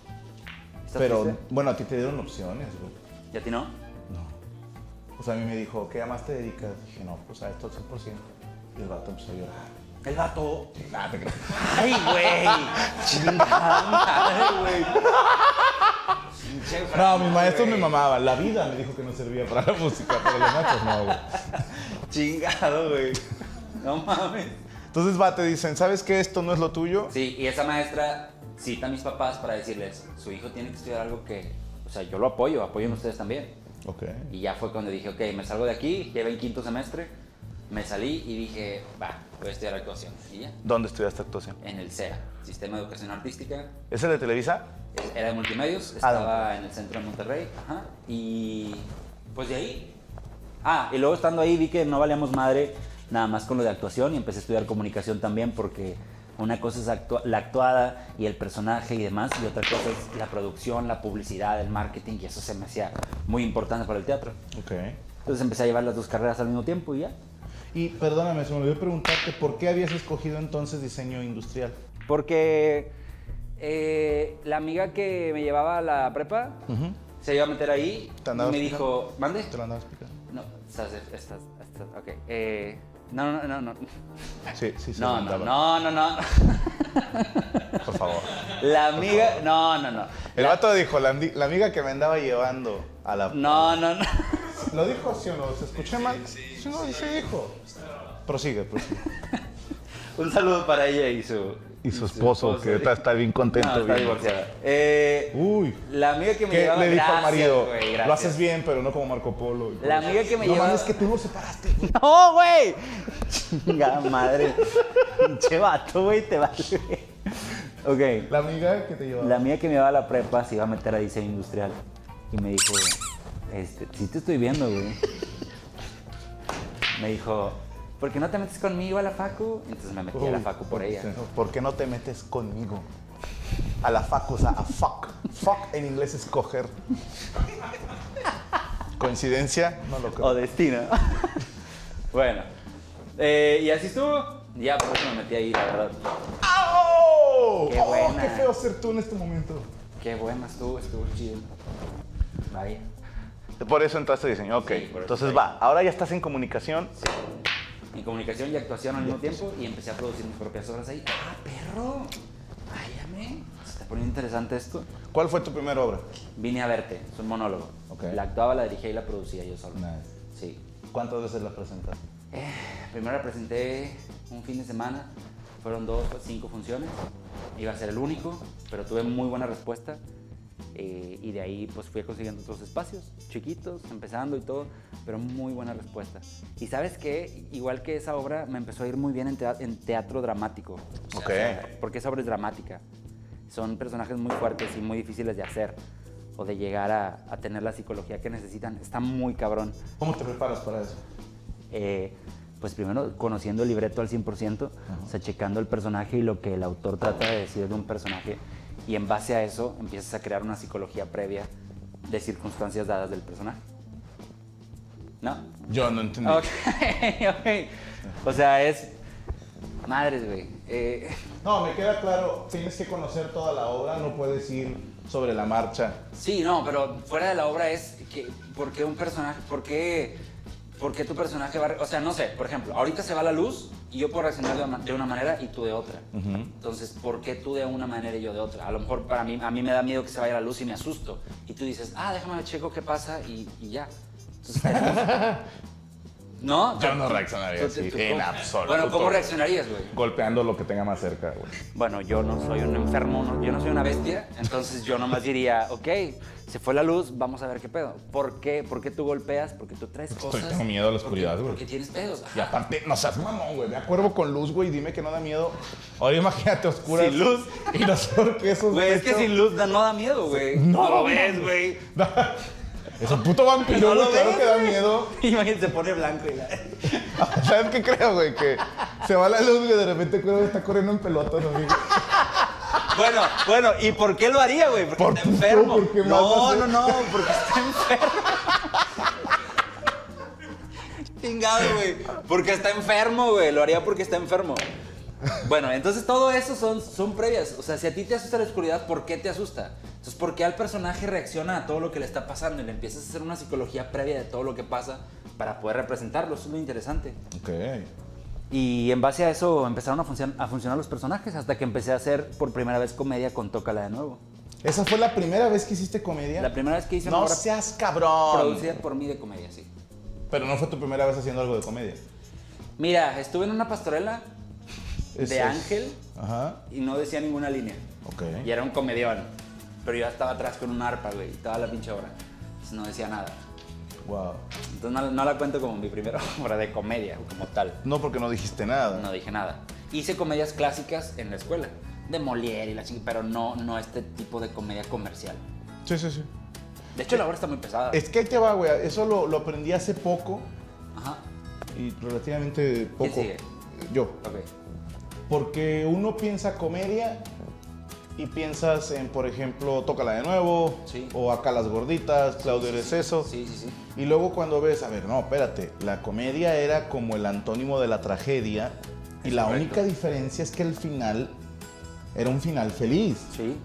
¿Estás
Pero,
triste?
bueno, a ti te dieron opciones, güey.
¿Y a ti no?
No. O sea, a mí me dijo, ¿qué más te dedicas? Dije, no, pues a esto al 100%. Y el vato empezó a llorar.
El vato.
Nada, te creas.
¡Ay, güey! ¡Chingada madre, güey! Pinche
No,
Fran,
mis maestros me
güey.
mamaban. La vida me dijo que no servía para la música, pero los maestros no, güey.
Chingado, güey. No mames.
Entonces va, te dicen, ¿sabes qué? Esto no es lo tuyo.
Sí, y esa maestra cita a mis papás para decirles, su hijo tiene que estudiar algo que, o sea, yo lo apoyo, apoyen ustedes también.
Ok.
Y ya fue cuando dije, ok, me salgo de aquí, lleva en quinto semestre, me salí y dije, va, voy a estudiar actuación. Y ya,
¿Dónde estudiaste actuación?
en el SEA, Sistema de Educación Artística,
¿Es el de Televisa?
es- era de
Ah,
multimedios, estaba en el centro de Monterrey, ajá, y pues de ahí. Ah, y luego estando ahí vi que no valíamos madre nada más con lo de actuación y empecé a estudiar comunicación también porque una cosa es actua- la actuada y el personaje y demás y otra cosa es la producción, la publicidad, el marketing y eso se me hacía muy importante para el teatro.
Ok.
Entonces empecé a llevar las dos carreras al mismo tiempo y ya.
Y perdóname, se me olvidó preguntarte, ¿por qué habías escogido entonces diseño industrial?
Porque eh, la amiga que me llevaba a la prepa se iba a meter ahí
¿Te
y
andabas
me
fijando?
dijo, ¿mande?
¿Te lo andabas explicando?
No, estás, estás, estás, ok. Eh, no, no, no, no.
Sí, sí, sí.
No, no, no, no, no.
Por favor.
La amiga, no, no, no.
El vato dijo, la, andi- la amiga que me andaba llevando a la...
No, no, no.
¿Lo dijo sí o no? ¿Se escuché mal? Sí, no, sí, dijo. Prosigue, prosigue.
Un saludo para ella y su...
Y su esposo, que está, está bien contento.
No, está
bien.
divorciada. Eh,
Uy.
La amiga que me
¿Qué
llevaba...
le dijo al
Gracias,
marido?
güey,
lo
gracias.
haces bien, pero no como Marco Polo.
La amiga que me
no,
llevaba...
mames, es que tú lo separaste. güey.
(laughs) ¡No, güey! Chinga madre. (laughs) Pinche vato, güey, te vale. Ok.
La amiga que te llevaba.
La mía que me iba a la prepa se iba a meter a diseño industrial. Y me dijo, este, sí te estoy viendo, güey. Me dijo, ¿por qué no te metes conmigo a la facu? Entonces me metí a la
Uy,
facu por ella.
sí. ¿Por qué no te metes conmigo? A la facu, o sea, a fuck. Fuck en inglés es coger. ¿Coincidencia? No lo creo.
O destino. (laughs) bueno. eh, y así estuvo. Ya, por eso me metí ahí, la verdad.
¡Au!
Qué
¡Oh!
buena.
¡Qué feo ser tú en este momento!
Qué buena estuvo, estuvo chido. Vaya.
Por eso entraste a diseño, ok.
Sí, por eso
Entonces
estoy
va, ahora ya estás en comunicación.
En comunicación y actuación al mismo tiempo y empecé a producir mis propias obras ahí. ¡Ah, perro! ¡Váyame! Se está poniendo interesante esto.
¿Cuál fue tu primera obra?
Vine a verte, es un monólogo.
Ok.
La actuaba, la dirigía y la producía yo solo.
Nice.
Sí.
¿Cuántas veces la presentaste?
Eh, primero la presenté un fin de semana, fueron dos, cinco funciones. Iba a ser el único, pero tuve muy buena respuesta. eh, y de ahí pues fui consiguiendo otros espacios, chiquitos, empezando y todo, pero muy buena respuesta. Y sabes que, igual que esa obra, me empezó a ir muy bien en, tea- en teatro dramático.
Ok.
porque esa obra es dramática. Son personajes muy fuertes y muy difíciles de hacer o de llegar a, a tener la psicología que necesitan. Está muy cabrón.
¿Cómo te preparas para eso?
Eh, pues primero conociendo el libreto al 100%, o sea, checando el personaje y lo que el autor trata de decir de un personaje. Y en base a eso empiezas a crear una psicología previa de circunstancias dadas del personaje. ¿No?
Yo no entendí.
Ok, (laughs) ok. O sea, es... Madres, güey. Eh,
No, me queda claro, tienes que conocer toda la obra, no puedes ir sobre la marcha.
Sí, no, pero fuera de la obra es que, ¿por qué un personaje, por qué, por qué tu personaje va, a re- o sea, no sé, por ejemplo, ahorita se va la luz y yo puedo reaccionar de una, de una manera y tú de otra. Entonces, ¿por qué tú de una manera y yo de otra? A lo mejor para mí, a mí me da miedo que se vaya la luz y me asusto. Y tú dices, ah, déjame checo qué pasa y, y ya. Entonces, (laughs) ¿No?
Yo no reaccionaría
Tú- tú-
así,
tú-
en
¿cómo?
absoluto.
Bueno, ¿cómo reaccionarías, güey?
Golpeando lo que tenga más cerca, güey.
Bueno, yo no soy un enfermo, no- yo no soy una bestia, entonces yo nomás diría, ok, se fue la luz, vamos a ver qué pedo. ¿Por qué? ¿Por qué tú golpeas? Porque tú traes
Estoy-
cosas.
tengo miedo a la oscuridad,
porque,
güey.
porque tienes pedos.
Y aparte, no seas mamón, güey. De acuerdo con luz, güey, dime que no da miedo. Ahora imagínate oscuras.
Sin luz.
Y nosotros que esos
Güey, es que
pechos-
sin luz da- no da miedo, güey.
No,
lo
no,
ves,
no.
güey. (laughs)
Es un puto vampiro,
No
güey.
lo
claro
ves,
que da
güey.
miedo. (laughs)
Imagínate, se pone blanco y la...
¿Sabes qué creo, güey? Que se va la luz, güey. De repente creo que está corriendo en pelotón, güey.
Bueno, bueno, ¿y por qué lo haría, güey? Porque
Por
está
tu-
enfermo.
porque más
no,
hace-
no, no, porque está enfermo. Chingado, güey. Porque está enfermo, güey. Lo haría porque está enfermo. Bueno, entonces todo eso son, son previas. O sea, si a ti te asusta la oscuridad, ¿por qué te asusta? Entonces, ¿por qué al personaje reacciona a todo lo que le está pasando y le empiezas a hacer una psicología previa de todo lo que pasa para poder representarlo? Eso es lo interesante.
Ok.
Y en base a eso empezaron a, funcion- a funcionar los personajes hasta que empecé a hacer por primera vez comedia con Tócala de nuevo.
¿Esa fue la primera vez que hiciste comedia?
La primera vez que hice una
No
obra
seas cabrón.
producida por mí de comedia, sí.
Pero no fue tu primera vez haciendo algo de comedia.
Mira, estuve en una pastorela
Es-
de
es-
Ángel
Ajá.
y no decía ninguna línea.
Ok.
Y era un comedión. Pero yo estaba atrás con un arpa, güey, y toda la pinche obra. Entonces no decía nada.
Wow.
Entonces no, no la cuento como mi primera (laughs) obra de comedia, como tal.
No porque no dijiste nada.
No dije nada. Hice comedias clásicas en la escuela, de Molière y la chingada, pero no, no este tipo de comedia comercial.
Sí, sí, sí.
De hecho, la obra está muy pesada.
Es que ahí te va, güey. Eso lo, lo aprendí hace poco
Ajá.
y relativamente poco.
sigue?
Yo.
Ok.
Porque uno piensa comedia y piensas en, por ejemplo, Tócala de nuevo,
Sí.
o Acá las gorditas, Claudio Receso.
Sí, sí, sí.
Y luego cuando ves, a ver, no, espérate, la comedia era como el antónimo de la tragedia y
Es
la
correcto.
única diferencia es que el final era un final feliz.
Sí.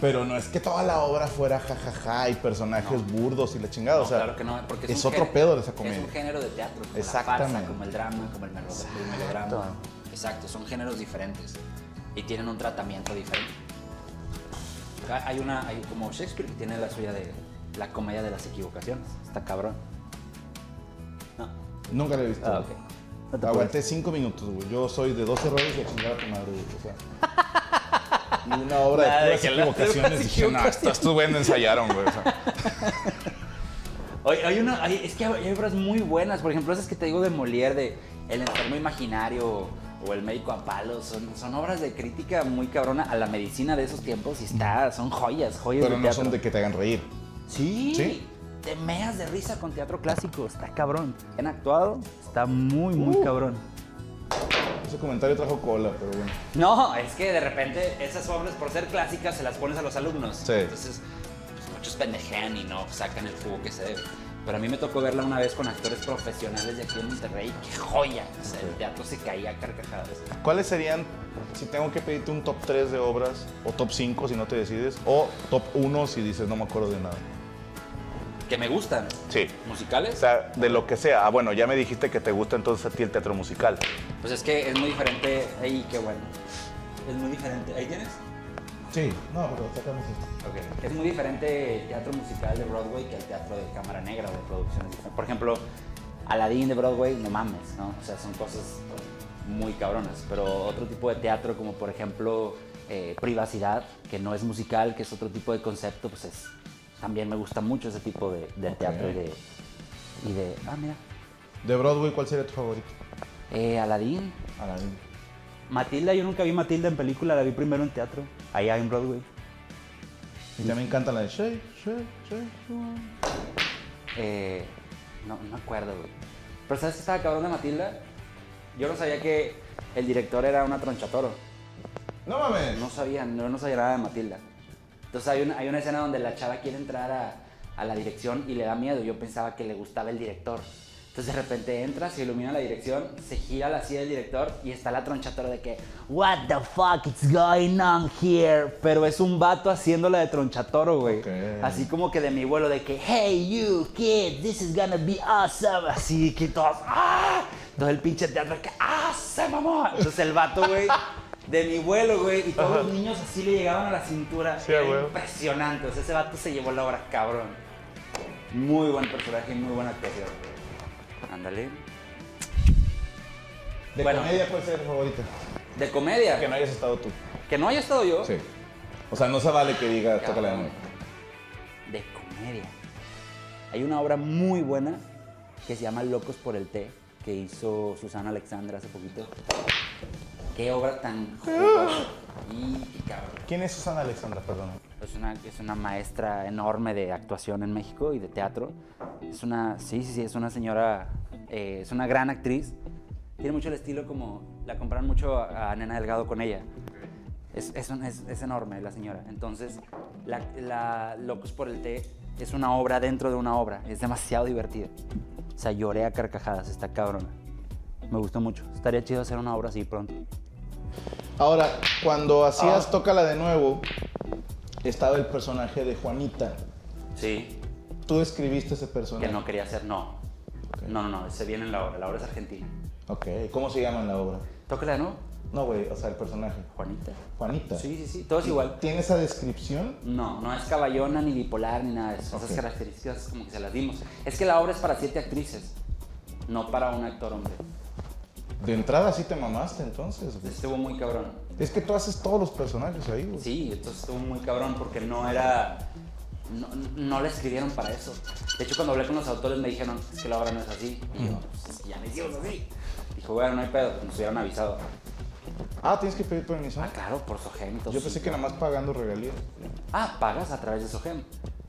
Pero no es que toda la obra fuera jajaja y personajes burdos y la chingada,
No,
o sea,
claro que no, porque es,
es
un
otro
género-
pedo de esa comedia.
Es un género de teatro, como la
Exactamente.
farsa, como el drama, como el melo- el melodrama. Exacto, son géneros diferentes y tienen un tratamiento diferente. Acá Hay una, hay como Shakespeare que tiene la suya de la comedia de las equivocaciones. Está cabrón. No.
nunca lo he visto.
Ah, ok.
güey.
No te
Aguanté cinco minutos, güey. Yo soy de dos errores y a chingar a tu madre, güey. O sea. Y una obra
Nada de
de puras
que la- de (laughs)
equivocaciones.
puras
Dije, no,
equivocaciones".
estos estos güeyes no ensayaron, güey. o sea.
Hay, hay una, hay- es que hay obras muy buenas, por ejemplo, esas que te digo de Molière, de El enfermo imaginario o, o El médico a palos, son, son obras de crítica muy cabrona a la medicina de esos tiempos y está, son joyas, joyas
Pero
de
no
teatro.
son de que te hagan reír.
Sí,
¿Sí?
te meas de risa con teatro clásico, está cabrón. Han actuado, está muy, muy
Uh.
cabrón.
Ese comentario trajo cola, pero bueno.
No, es que de repente esas obras, por ser clásicas, se las pones a los alumnos.
Sí.
Entonces, pues, muchos pendejean y no sacan el jugo que se debe. Pero a mí me tocó verla una vez con actores profesionales de aquí en Monterrey. ¡Qué joya! O sea, el teatro se caía a carcajadas.
¿Cuáles serían, si tengo que pedirte un top 3 de obras, o top 5 si no te decides, o top 1 si dices no me acuerdo de nada?
Que me gustan.
Sí.
¿Musicales?
O sea, de lo que sea. Ah, bueno, ya me dijiste que te gusta entonces a ti el teatro musical.
pues es que es muy diferente. ¡Ay, qué bueno! Es muy diferente. ¿Ahí tienes?
Sí, no, pero sacamos esto.
Es muy diferente el teatro musical de Broadway que el teatro de cámara negra o de producciones diferentes. Por ejemplo, Aladdin de Broadway, no mames, ¿no? O sea, son cosas muy cabronas. Pero otro tipo de teatro, como por ejemplo eh, Privacidad, que no es musical, que es otro tipo de concepto, pues es. También me gusta mucho ese tipo de, de
Ok.
teatro y de, y de- Ah, mira.
De Broadway, ¿cuál sería tu favorito?
Eh, Aladdin.
Aladdin.
Matilda, yo nunca vi Matilda en película, la vi primero en teatro, allá en Broadway.
Y también canta la de Shake, Shake, Shake. Shake.
Eh, no, no me acuerdo, güey. Pero ¿sabes que estaba cabrón de Matilda? Yo no sabía que el director era una tronchatoro.
No mames.
No sabía, no, no sabía nada de Matilda. Entonces hay una, hay una escena donde la chava quiere entrar a, a la dirección y le da miedo. Yo pensaba que le gustaba el director. Entonces de repente entra, se ilumina la dirección, se gira la silla del director y está la tronchatoro de que What the fuck is going on here? Pero es un vato haciéndola de tronchatoro, güey.
Ok.
Así como que de mi vuelo de que Hey you kid, this is gonna be awesome. Así que todos ¡Ah! Todo el pinche teatro que ¡Ah! ¡Se mamó! Entonces el vato, güey, de mi vuelo, güey, y todos los niños así le llegaban a la cintura.
Sí,
Era
güey.
impresionante. O sea, ese vato se llevó la obra cabrón. Muy buen personaje y muy buena actuación. Ándale.
De
Bueno.
comedia puede ser favorita.
De comedia.
Que no hayas estado tú.
Que no haya estado yo.
Sí. O sea, no se vale que diga,
Cabrón.
tócala de nuevo.
De comedia. Hay una obra muy buena que se llama Locos por el té, que hizo Susana Alexandra hace poquito. Qué obra tan jugosa. Y cabrón.
¿Quién es Susana Alexandra? Perdón.
Es una, es una maestra enorme de actuación en México y de teatro. Es una, sí, sí, sí, es una señora, eh, es una gran actriz. Tiene mucho el estilo como, la comparan mucho a, a Nena Delgado con ella. Es, es, un- es- es enorme la señora. Entonces, la, la Locos por el Té es una obra dentro de una obra. Es demasiado divertida. O sea, lloré a carcajadas, está cabrona. Me gustó mucho. Estaría chido hacer una obra así pronto.
Ahora, cuando hacías
Ah.
Tócala de nuevo, estaba el personaje de Juanita.
Sí.
Tú escribiste ese
Que
personaje.
no quería hacer, no. No, no, no, se viene en la obra. La obra es argentina.
Ok. ¿Cómo se llama en la obra?
Tócala, ¿no?
No, güey, o sea, el personaje.
Juanita.
Juanita.
Sí, sí, sí, todo es igual.
¿Tiene esa descripción?
No, no es caballona, ni bipolar, ni nada de eso. Esas
Ok.
características como que se las dimos. Es que la obra es para siete actrices, no para un actor hombre.
De entrada sí te mamaste entonces, güey.
Estuvo muy cabrón.
Es que tú haces todos los personajes ahí, güey.
Sí, entonces estuvo muy cabrón porque no era... No, no la escribieron para eso. De hecho, cuando hablé con los autores me dijeron, es que la obra no es así. Y
Mm.
yo, pues es que ya me hicimos así. Dijo, bueno, no hay pedo, nos hubieran avisado.
Ah, tienes que pedir permiso.
Ah, claro, por Sogem y todo
Yo
eso.
pensé que nada más pagando regalías.
Ah, pagas a través de Sogem.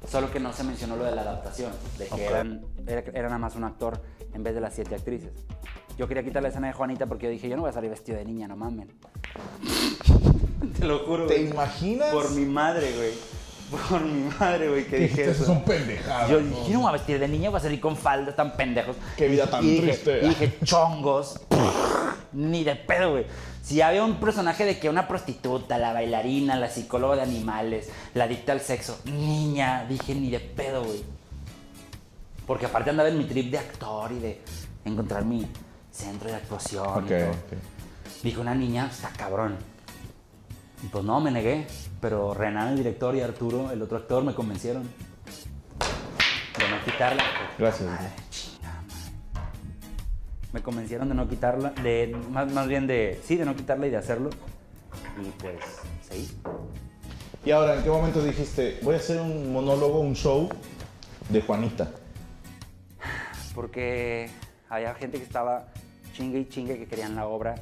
Solo que no se mencionó lo de la adaptación, de que
Ok.
eran, era, era nada más un actor en vez de las siete actrices. Yo quería quitar la escena de Juanita porque yo dije, yo no voy a salir vestido de niña, no mamen. (laughs) Te lo juro,
¿Te
güey.
imaginas?
Por mi madre, güey. Por mi madre, güey, que dije eso.
son pendejadas.
Yo dije, yo no me voy a vestir de niña, voy a salir con faldas tan pendejos.
Qué vida tan
Y dije-
triste.
Y dije, chongos. (laughs) Ni de pedo, güey. Si ya había un personaje de que una prostituta, la bailarina, la psicóloga de animales, la adicta al sexo, niña, dije, ni de pedo, güey. Porque aparte andaba en mi trip de actor y de encontrar mi centro de actuación. y
Ok,
todo.
ok.
Dije, una niña, está cabrón. Y pues no, me negué. Pero Renan, el director, y Arturo, el otro actor, me convencieron de no quitarla.
Gracias, güey.
Ay, chingada madre. Me convencieron de no quitarla, de más, más bien de, sí, de no quitarla y de hacerlo. Y pues, se hizo.
Y ahora, ¿en qué momento dijiste, voy a hacer un monólogo, un show de Juanita?
porque había gente que estaba chingue y chingue que querían la obra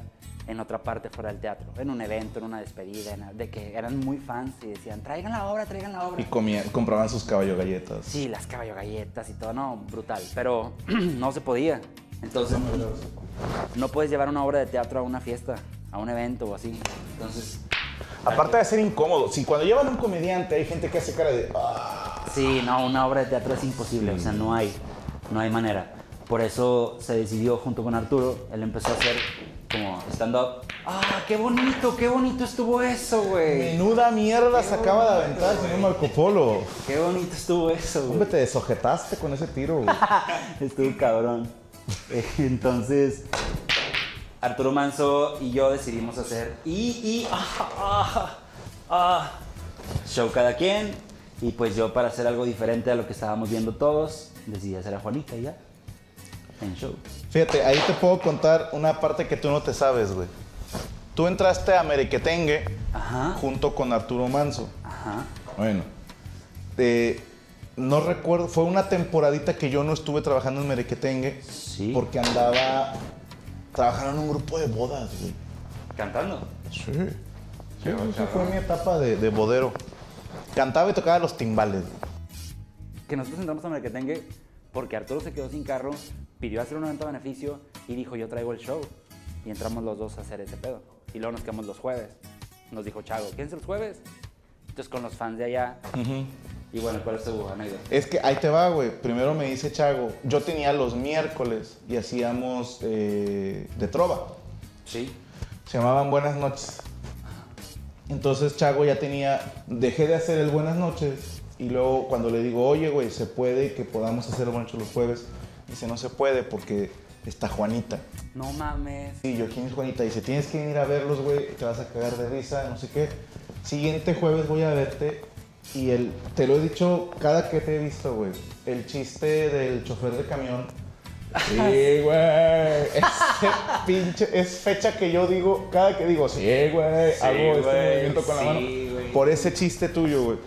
en otra parte fuera del teatro, en un evento, en una despedida, en- de que eran muy fans y decían, traigan la obra, traigan la obra.
Y comía- compraban sus caballo galletas.
Sí, las caballo galletas y todo, no, brutal, pero (clears throat) no se podía. Entonces, no puedes llevar una obra de teatro a una fiesta, a un evento o así. Entonces,
Aparte de ser incómodo, si cuando llevan un comediante hay gente que hace cara de, "Ah",
Sí, no, una obra de teatro es imposible, o sea, no hay, no hay manera. Por eso se decidió junto con Arturo, él empezó a hacer como stand-up. ¡Ah, qué bonito, qué bonito estuvo eso, güey!
menuda mierda se acaba de aventar el señor Marco Polo.
¡Qué bonito estuvo eso,
Hombre,
güey!
te desojetaste con ese tiro, güey.
(laughs) Estuvo cabrón. Eh, Entonces, Arturo Manso y yo decidimos hacer y, y, ah, ah, ah, show cada quien. Y pues yo para hacer algo diferente a lo que estábamos viendo todos, decidí hacer a Juanita y ya. En show.
Fíjate, ahí te puedo contar una parte que tú no te sabes, güey. Tú entraste a Merequetengue
Ajá.
junto con Arturo Manso.
Ajá.
Bueno. eh, no recuerdo, fue una temporadita que yo no estuve trabajando en Merequetengue.
Sí.
Porque andaba trabajando en un grupo de bodas, güey.
¿Cantando?
Sí. Sí, esa fue mi etapa de, de bodero. Cantaba y tocaba los timbales. güey.
Que nosotros entramos a Mercatengue porque Arturo se quedó sin carro, pidió hacer un evento a beneficio y dijo, yo traigo el show. Y entramos los dos a hacer ese pedo. Y luego nos quedamos los jueves. Nos dijo Chago, ¿quién es los jueves? Entonces con los fans de allá. Y bueno, ¿cuál es tu anécdota?
Es que ahí te va, güey. Primero me dice Chago, yo tenía los miércoles y hacíamos eh, de trova.
Sí.
Se llamaban Buenas noches. Entonces Chago ya tenía, dejé de hacer el Buenas noches y luego cuando le digo, oye, güey, ¿se puede que podamos hacer el Buenas noches los jueves? Dice, no se puede porque está Juanita.
No mames.
Y yo, ¿quién es Juanita? Dice, tienes que venir a verlos, güey, te vas a cagar de risa, no sé qué. Siguiente jueves voy a verte y el, te lo he dicho cada que te he visto, güey. El chiste del chofer de camión
(laughs)
Sí, güey. Ese pinche. Es fecha que yo digo, cada que digo, sí, güey.
Sí,
hago
güey,
este movimiento con la
sí,
mano.
güey.
Por ese chiste tuyo, güey.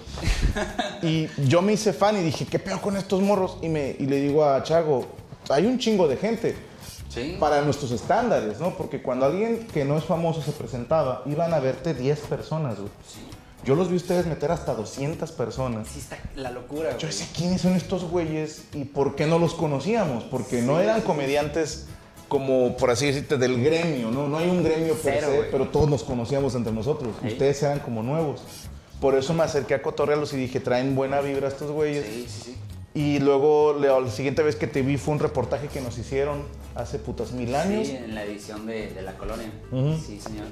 Y yo me hice fan y dije, ¿qué peor con estos morros? Y, me, y le digo a Chago, hay un chingo de gente.
Sí.
Para nuestros estándares, ¿no? Porque cuando alguien que no es famoso se presentaba, iban a verte 10 personas, güey. Yo los vi a ustedes meter hasta 200 personas.
Sí está la locura, güey.
Yo decía, ¿quiénes son estos güeyes y por qué no los conocíamos? Porque no eran comediantes como, por así decirte, del gremio, ¿no? No hay un gremio per
Cero,
se,
güey.
pero todos nos conocíamos entre nosotros.
Sí.
Ustedes eran como nuevos. Por eso me acerqué a cotorrearlos y dije, traen buena vibra estos güeyes.
Sí, sí, sí.
Y luego, la la siguiente vez que te vi fue un reportaje que nos hicieron hace putas mil años.
Sí, en la edición de, de La Colonia.
Ujú.
Sí, señor.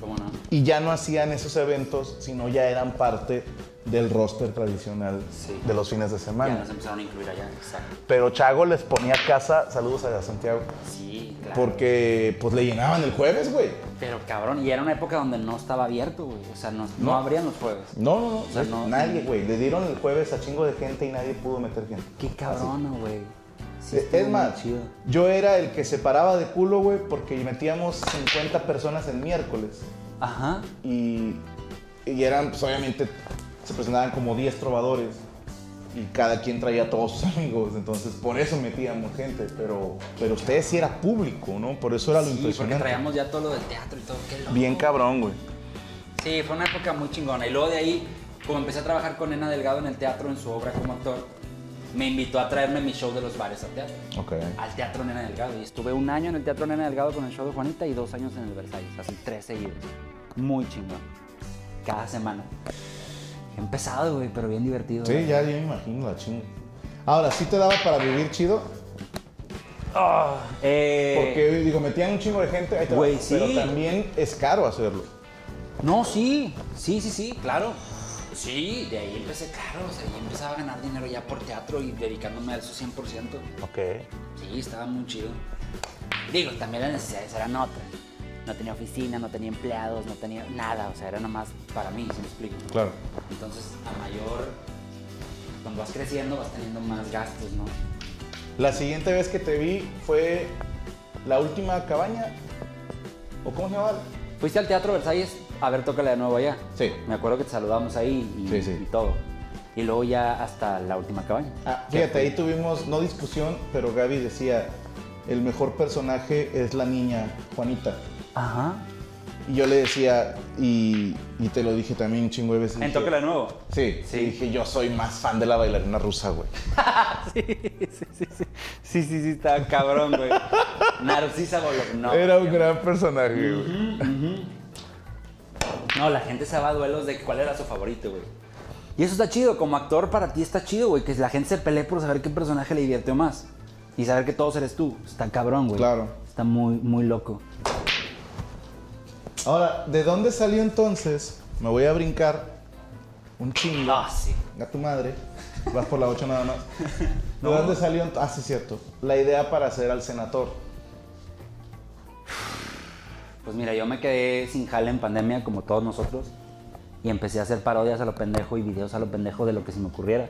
¿Cómo no?
Y ya no hacían esos eventos, sino ya eran parte del roster tradicional
Sí.
de los fines de semana.
Ya nos empezaron a incluir allá, exacto.
Pero Chago les ponía casa, saludos a Santiago,
Sí, claro.
porque pues le llenaban el jueves, güey.
Pero cabrón, y era una época donde no estaba abierto, güey. O sea, no, no
No.
abrían los jueves.
No, no, no,
sea, no.
nadie, güey. Le dieron el jueves a chingo de gente y nadie pudo meter gente.
Qué cabrón, güey. Sí,
Eh,
estuvo
es
muy
más,
chido.
yo era el que se paraba de culo, güey, porque metíamos 50 personas el miércoles.
Ajá.
Y, y eran, pues obviamente, se presentaban como 10 trovadores. Y cada quien traía a todos sus (laughs) amigos, entonces por eso metíamos gente, pero, pero ustedes sí era público, ¿no? Por eso era lo
Sí, porque
impresionante.
traíamos ya todo lo del teatro y todo. Qué loco.
Bien cabrón, güey.
Sí, fue una época muy chingona. Y luego de ahí, como empecé a trabajar con Nena Delgado en el teatro, en su obra como actor, me invitó a traerme mi show de los bares al teatro.
Ok.
Al Teatro Nena Delgado. Y estuve un año en el Teatro Nena Delgado con el show de Juanita y dos años en el Versalles. Así tres seguidos. Muy chingón. Cada semana. Empezado, güey, pero bien divertido.
Sí,
güey.
ya, ya me imagino la chinga. Ahora, ¿sí te daba para vivir chido?
Eh,
Porque, digo, metían un chingo de gente, ahí te va.
Güey, sí.
pero también es caro hacerlo.
No, sí, sí, sí, sí, claro. Sí, de ahí empecé, claro, o sea, yo empezaba a ganar dinero ya por teatro y dedicándome a eso 100%.
Ok.
Sí, estaba muy chido. Digo, también las necesidades eran otras. No tenía oficina, no tenía empleados, no tenía nada, o sea, era nomás para mí, si me explico.
Claro.
Entonces, a mayor, cuando vas creciendo vas teniendo más gastos, ¿no?
La siguiente vez que te vi fue la última cabaña. ¿O cómo se llamaba?
Fuiste al Teatro Versalles a ver Tócala de nuevo allá.
Sí.
Me acuerdo que te saludamos ahí y,
Sí, sí.
y todo. Y luego ya hasta la última cabaña.
Ah, fíjate, ahí tuvimos, no discusión, pero Gaby decía, el mejor personaje es la niña, Juanita.
Ajá.
Y yo le decía, y, y te lo dije también un chingo de veces.
En
dije,
Tócala de nuevo.
(laughs) Sí, sí.
Sí.
Dije, yo soy más fan de la bailarina rusa, güey.
Sí, sí, sí, sí. Sí, sí, sí, estaba cabrón, güey. Narcisa Bologna.
Era un gran personaje, güey.
No, la gente se va a duelos de cuál era su favorito, güey. Y eso está chido, como actor para ti está chido, güey, que la gente se pelee por saber qué personaje le divirtió más. Y saber que todos eres tú. Está cabrón, güey.
Claro.
Está muy, muy loco.
Ahora, ¿de dónde salió entonces? Me voy a brincar un chingo.
Ah, sí.
A tu madre. Vas por la 8 nada más. ¿De dónde salió? ent- Ah, sí, cierto. La idea para hacer al senador.
Pues mira, yo me quedé sin jale en pandemia, como todos nosotros, y empecé a hacer parodias a lo pendejo y videos a lo pendejo de lo que se me ocurriera.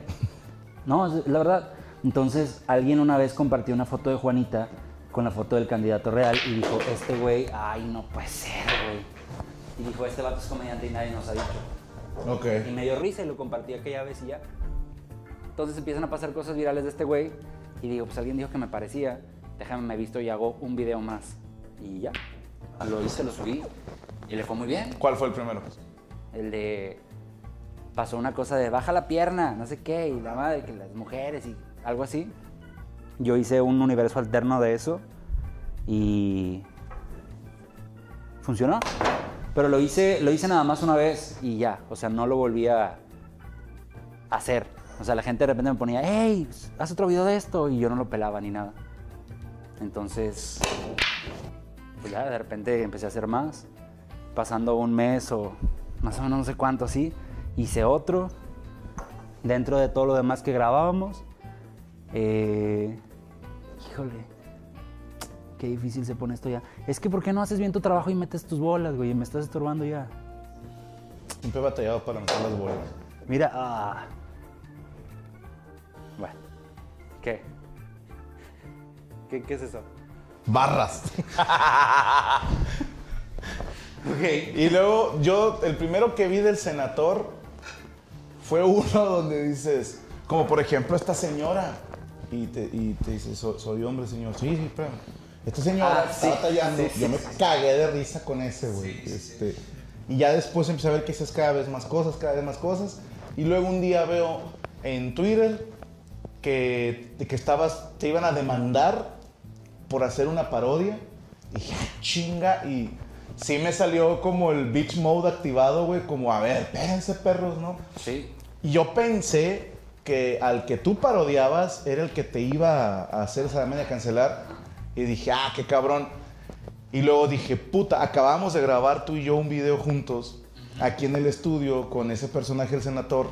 No, es la verdad. Entonces, alguien una vez compartió una foto de Juanita con la foto del candidato real y dijo, este güey, ay, no puede ser, güey. Y dijo, este vato es comediante y nadie nos ha dicho.
Ok.
Y me dio risa y lo compartí aquella vez y ya. Entonces empiezan a pasar cosas virales de este güey y digo, pues alguien dijo que me parecía, déjame me visto y hago un video más. Y ya, lo hice, lo subí y le fue muy bien.
¿Cuál fue el primero?
El de, pasó una cosa de baja la pierna, no sé qué, y la madre, que las mujeres y algo así. Yo hice un universo alterno de eso y funcionó. Pero lo hice, lo hice nada más una vez y ya, o sea, no lo volví a hacer. O sea, la gente de repente me ponía, hey, haz otro video de esto y yo no lo pelaba ni nada. Entonces, pues ya de repente empecé a hacer más, pasando un mes o más o menos no sé cuánto así, hice otro, dentro de todo lo demás que grabábamos. Eh, híjole, qué difícil se pone esto ya. Es que ¿por qué no haces bien tu trabajo y metes tus bolas, güey? Me estás estorbando ya.
Siempre he batallado para meter las bolas.
Mira, ah. Bueno, ¿qué?
¿Qué, qué es eso?
Barras.
Ok.
Y luego yo, el primero que vi del senator fue uno (laughs) donde dices, como por ejemplo esta señora, y te, y te dice, "So- soy, hombre, señor. Sí, sí, espérame. Esta señora
Ah,
estaba
sí,
tallando,
sí, sí,
yo me
sí, sí.
cagué de risa con ese, güey. este, Y ya después empecé a ver que haces cada vez más cosas, cada vez más cosas. Y luego un día veo en Twitter que, que estabas, te iban a demandar por hacer una parodia. Y dije, "Ah, chinga, y sí me salió como el bitch mode activado, güey, como, a ver, espérense, perros, ¿no?
Sí.
Y yo pensé que al que tú parodiabas era el que te iba a hacer esa media cancelar. Y dije, ah, qué cabrón. Y luego dije, puta, acabamos de grabar tú y yo un video juntos aquí en el estudio con ese personaje, el senador.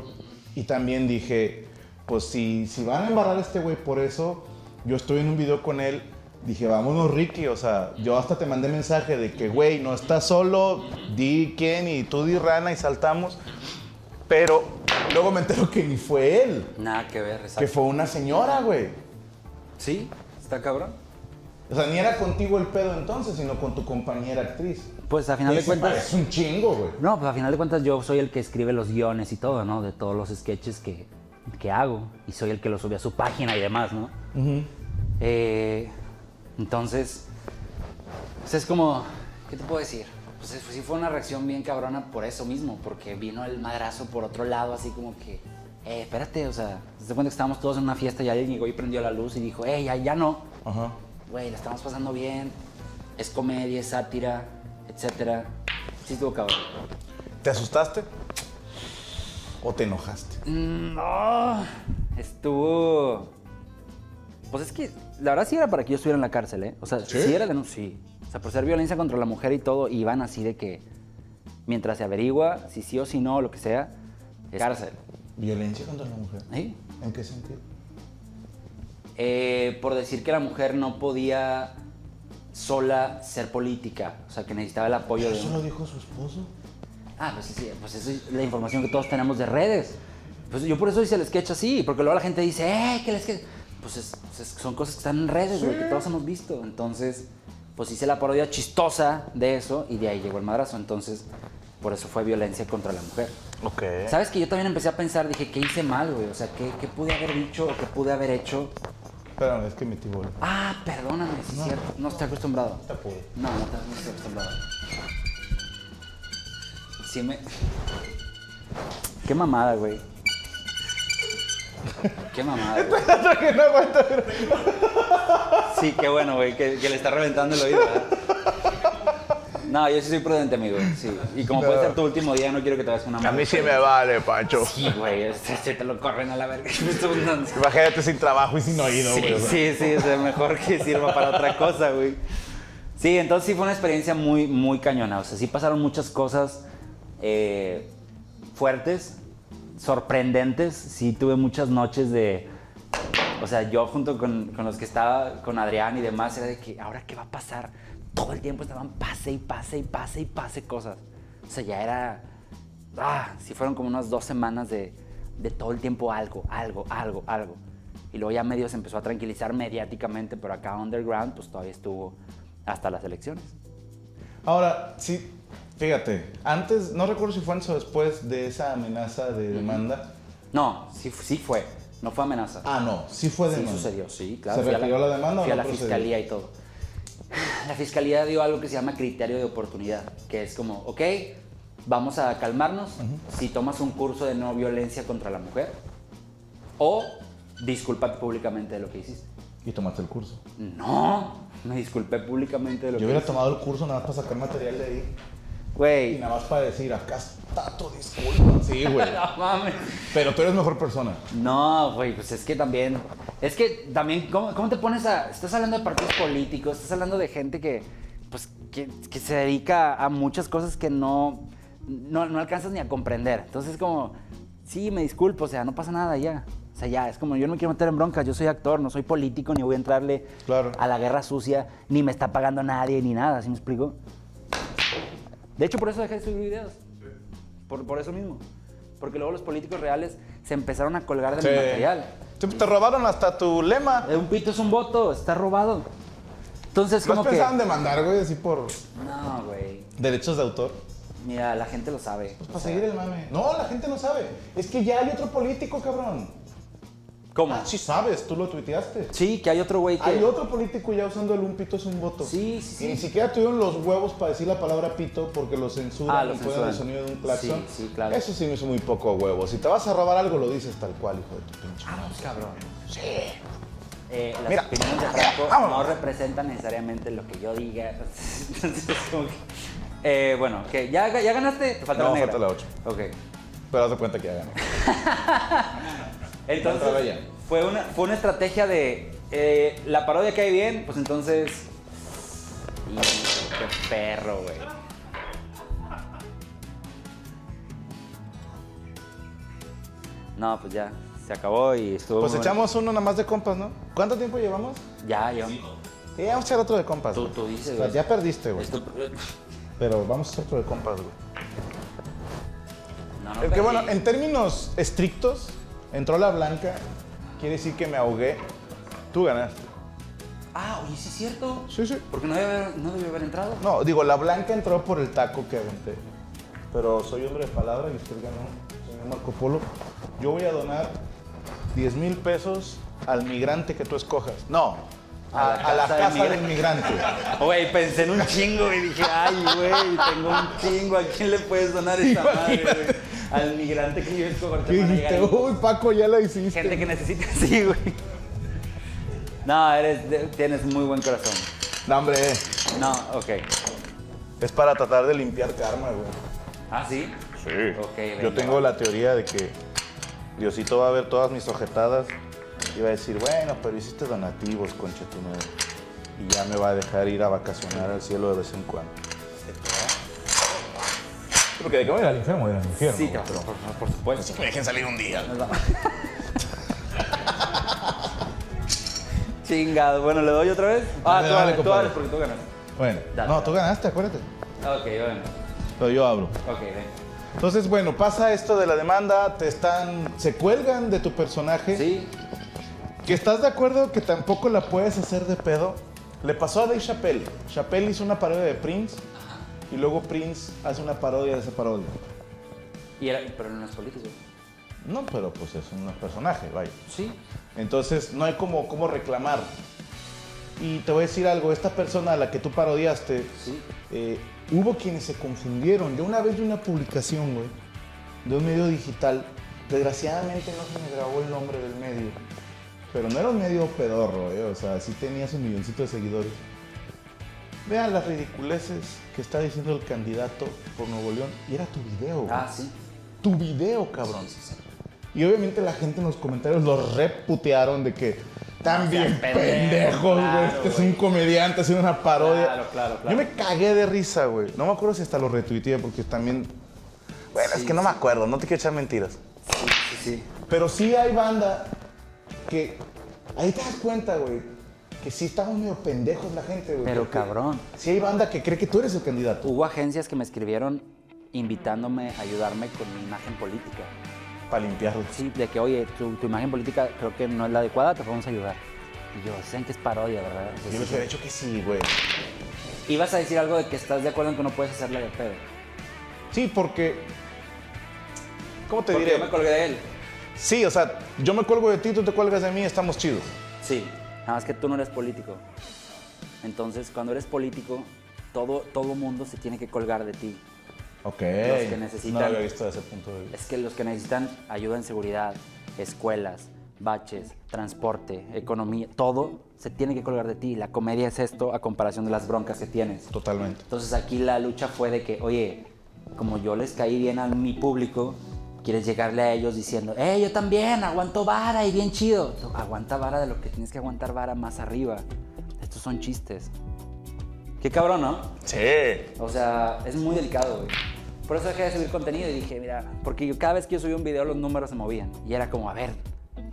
Y también dije, pues si, si van a embarrar a este güey por eso, yo estoy en un video con él. Dije, vámonos, Ricky. O sea, yo hasta te mandé mensaje de que, güey, no estás solo, di quién y tú di rana y saltamos. Pero luego me entero que ni fue él,
Nada que ver, exacto.
que fue una señora, güey.
Sí, está cabrón.
O sea, ni era contigo el pedo entonces, sino con tu compañera actriz.
Pues a final de cuentas.
Es un chingo, güey.
No, pues a final de cuentas yo soy el que escribe los guiones y todo, ¿no? De todos los sketches que, que hago. Y soy el que los sube a su página y demás, ¿no? Eh, entonces, pues es como, ¿qué te puedo decir? Pues es- sí fue una reacción bien cabrona por eso mismo, porque vino el madrazo por otro lado, así como que, eh, espérate, o sea, te das cuenta que estábamos todos en una fiesta y alguien llegó y prendió la luz y dijo, eh, ya, ya no
Ajá.
güey, la estamos pasando bien, es comedia, es sátira, etcétera. Sí estuvo cabrón.
¿Te asustaste? ¿O te enojaste?
Mm, No, estuvo... Pues es que la verdad sí era para que yo estuviera en la cárcel, ¿eh? O sea, sí,
¿Sí?
era de... no- Sí. O sea, por ser violencia contra la mujer y todo, y van así de que mientras se averigua si sí o si no, lo que sea, es cárcel.
Violencia contra la mujer.
¿Sí?
¿En qué sentido?
eh, por decir que la mujer no podía sola ser política, o sea, que necesitaba el apoyo de...
¿Eso lo dijo su esposo?
Ah, pues, sí, pues eso es la información que todos tenemos de redes. Pues yo por eso hice el sketch así, porque luego la gente dice, ¡eh, que el sketch! Pues es- es- son cosas que están en redes, güey, que todos hemos visto. Entonces, pues hice la parodia chistosa de eso y de ahí llegó el madrazo. Entonces, por eso fue violencia contra la mujer.
Ok.
¿Sabes que yo también empecé a pensar, dije, ¿qué hice mal, güey? O sea, ¿qué, qué pude haber dicho o qué pude haber hecho?
Espérame, es que metí bola.
Ah, perdóname, sí es cierto. No estoy acostumbrado.
Te apuro.
No, no estás muy acostumbrado. Sí me... Qué mamada, güey. Qué mamada, güey.
que no aguanta.
Sí, qué bueno, güey, que, que le está reventando el oído. ¿verdad? No, yo sí soy prudente, amigo. Sí. Y como puede ser tu último día, no quiero que te vayas con una
A
mala
mí sí me
experiencia.
vale, Pancho.
Sí, güey, este, este te lo corren a la verga. (laughs) Me estoy burlando.
Imagínate sin trabajo y (laughs) sin oído,
sí,
güey. o sea.
sí, sí, o sea, mejor que sirva para otra cosa, güey. Sí, entonces sí fue una experiencia muy, muy cañona. O sea, sí pasaron muchas cosas eh, fuertes, sorprendentes. Sí tuve muchas noches de... O sea, yo junto con, con los que estaba, con Adrián y demás, era de que, ¿ahora qué va a pasar? Todo el tiempo estaban pase y pase y pase y pase cosas. O sea, ya era... Ah, sí fueron como unas dos semanas de, de todo el tiempo algo, algo, algo, algo. Y luego ya medio se empezó a tranquilizar mediáticamente, pero acá underground pues todavía estuvo hasta las elecciones.
Ahora, sí, fíjate, antes, no recuerdo si fue antes o después de esa amenaza de demanda.
No, sí, fu- sí fue, no fue amenaza.
Ah, no, sí fue
Sí
demanda.
sucedió, sí, claro.
¿Se
Fui a
retiró la, demanda
Fui
o no
a la
procedió?
fiscalía y todo. La fiscalía dio algo que se llama criterio de oportunidad, que es como, ok, vamos a calmarnos si tomas un curso de no violencia contra la mujer o discúlpate públicamente de lo que hiciste.
Y tomaste el curso.
No, me disculpé públicamente de lo
Yo
que
hubiera tomado el curso nada más para sacar material de ahí. Y
Güey,
nada más para decir, acá está tu disculpa. Sí, güey.
(laughs) no mames.
(laughs) Pero tú eres mejor persona.
No, güey, pues es que también. Es que también, ¿cómo, cómo te pones a.? Estás hablando de partidos políticos, estás hablando de gente que. Pues que, que se dedica a muchas cosas que no, no. No alcanzas ni a comprender. Entonces, es como. Sí, me disculpo, o sea, no pasa nada ya. O sea, ya, es como yo no me quiero meter en broncas, yo soy actor, no soy político, ni voy a entrarle
Claro.
a la guerra sucia, ni me está pagando nadie, ni nada, ¿sí me explico? De hecho, por eso dejé de subir videos. Por, por eso mismo. Porque luego los políticos reales se empezaron a colgar de
Sí.
mi material.
Te, te robaron hasta tu lema.
Eh, Un pito es un voto, está robado. Entonces,
¿Lo has
como que.
pensado en demandar, güey, así por
No, güey.
derechos de autor? Pues,
Mira, la gente lo sabe.
Para seguir el mame. No, la gente no sabe. Es que ya hay otro político, cabrón.
¿Cómo?
Ah, sí sabes, tú lo tuiteaste.
Sí, que hay otro güey que.
Hay otro político ya usando el un pito es un voto.
Sí, sí, sí.
Y ni siquiera tuvieron los huevos para decir la palabra pito porque lo censuran
Ah, lo
y ponen el
censuran.
sonido de un claxon.
Sí, sí, claro.
Eso sí me hizo muy poco huevo. Si te vas a robar algo, lo dices tal cual, hijo de tu pinche. madre.
Ah, Cabrón.
Sí.
Eh, las
Mira.
opiniones de Franco
Vámonos.
no representan necesariamente lo que yo diga. (laughs) Entonces, como que- Eh, bueno, que ya, ya ganaste, te falta
No,
la negra.
falta la ocho.
Ok.
Pero haz de cuenta que ya gané. Falta la
Entonces,
ya.
fue una, fue una estrategia de eh, la parodia cae bien, pues entonces. Hijo, qué perro, güey. No, pues ya, se acabó y estuvo.
Pues
muy
echamos uno nada más de compas, ¿no? ¿Cuánto tiempo llevamos?
bueno. Ya, ya.
Sí, vamos a echar otro de compas.
Tú,
güey.
tú dices,
O sea,
güey.
ya perdiste, güey.
Esto-
Pero vamos a hacer otro de compas, güey.
No, no,
Es que bueno,
perdí.
en términos estrictos, entró la blanca, quiere decir que me ahogué. Tú ganaste.
Ah, oye, sí es cierto.
Sí, sí.
Porque no debió haber, no debió haber entrado.
No, digo, la blanca entró por el taco que aventé. Pero soy hombre de palabra y usted ganó, señor Marco Polo. Yo voy a donar 10 mil pesos al migrante que tú escojas. No, a, a la casa, del migrante.
(laughs) Güey, pensé en un chingo y dije, ay, güey, tengo un chingo. ¿A quién le puedes donar esta madre, güey? Al migrante que yo escojo. ahorita
Y
van a
dijiste,
llegar
uy, Paco, ya la hiciste.
Gente que necesita (laughs) así, güey. No, eres, de- tienes muy buen corazón.
No, hombre,
No, ok.
es para tratar de limpiar karma, güey.
¿Ah, sí?
Sí.
Ok,
Yo
venga,
tengo la teoría de que Diosito va a ver todas mis ojetadas y va a decir, bueno, pero hiciste donativos, concha tu madre. Y ya me va a dejar ir a vacacionar al cielo de vez en cuando. Porque de que voy al infierno, voy al infierno.
Sí, cabrón, por, por- por
(laughs)
supuesto.
me dejen salir un día.
Chingado. Bueno, ¿le doy otra vez? Ah,
Dale, dale,
tú dale, tú
compadre.
dale, porque tú ganas.
Bueno,
Dale,
no,
dale.
tú ganaste, acuérdate.
Ok, bueno.
Pero yo abro.
Ok, ven.
Entonces, bueno, pasa esto de la demanda, te están, se cuelgan de tu personaje.
Sí,
¿Que estás de acuerdo que tampoco la puedes hacer de pedo? Le pasó a Dave Chappelle. Chappelle hizo una parodia de Prince y luego Prince hace una parodia de esa parodia.
y era, pero no es político.
No, pero pues es un personaje, vaya.
Sí.
Entonces no hay como, como reclamar. Y te voy a decir algo, esta persona a la que tú parodiaste,
Sí.
eh, hubo quienes se confundieron. Yo una vez vi una publicación, güey, de un medio digital. Desgraciadamente no se me grabó el nombre del medio. Pero no era un medio pedorro, eh, o sea, sí tenía su milloncito de seguidores. Vean las ridiculeces que está diciendo el candidato por Nuevo León. Y era tu video, güey.
Ah, sí.
Tu video, cabrón. Y obviamente la gente en los comentarios los reputearon de que también
O sea, pendejo,
pendejos, güey.
claro,
este es
güey.
un comediante haciendo una parodia.
Claro, claro, claro.
Yo me cagué de risa, güey. No me acuerdo si hasta lo retuiteé porque también. Bueno, es
Sí,
que no me acuerdo, no te quiero echar mentiras.
Sí, sí, sí.
Pero sí hay banda que. Ahí te das cuenta, güey. Que sí estamos medio pendejos la gente, güey.
Pero
porque
cabrón.
Sí hay banda que cree que tú eres el candidato.
Hubo agencias que me escribieron invitándome a ayudarme con mi imagen política.
Para limpiarlo.
Sí, de que, oye, tu, tu imagen política creo que no es la adecuada, te podemos ayudar. Y yo, sé que es parodia, ¿verdad? O
Yo
sea,
les
sí.
hubiera dicho que sí, güey.
Ibas a decir algo de que estás de acuerdo en que no puedes hacerla de pedo.
Sí, porque. ¿Cómo te
Porque
diré?
yo me colgué de él.
Sí, o sea, yo me cuelgo de ti, tú te cuelgas de mí, estamos chidos.
Sí, nada más que tú no eres político. Entonces, cuando eres político, todo, todo mundo se tiene que colgar de ti.
Ok.
Los que necesitan.
No lo había visto desde ese punto de vista.
Es que los que necesitan ayuda en seguridad, escuelas, baches, transporte, economía, todo se tiene que colgar de ti. La comedia es esto a comparación de las broncas que tienes.
Totalmente.
Entonces aquí la lucha fue de que, oye, como yo les caí bien a mi público, quieres llegarle a ellos diciendo, eh, yo también, aguanto vara y bien chido. Tú, Aguanta vara de lo que tienes que aguantar vara más arriba. Estos son chistes. Qué cabrón, ¿no?
Sí.
O sea, es muy delicado, güey. Por eso dejé de subir contenido y dije, mira, porque yo- cada vez que yo subía un video los números se movían. Y era como, a ver,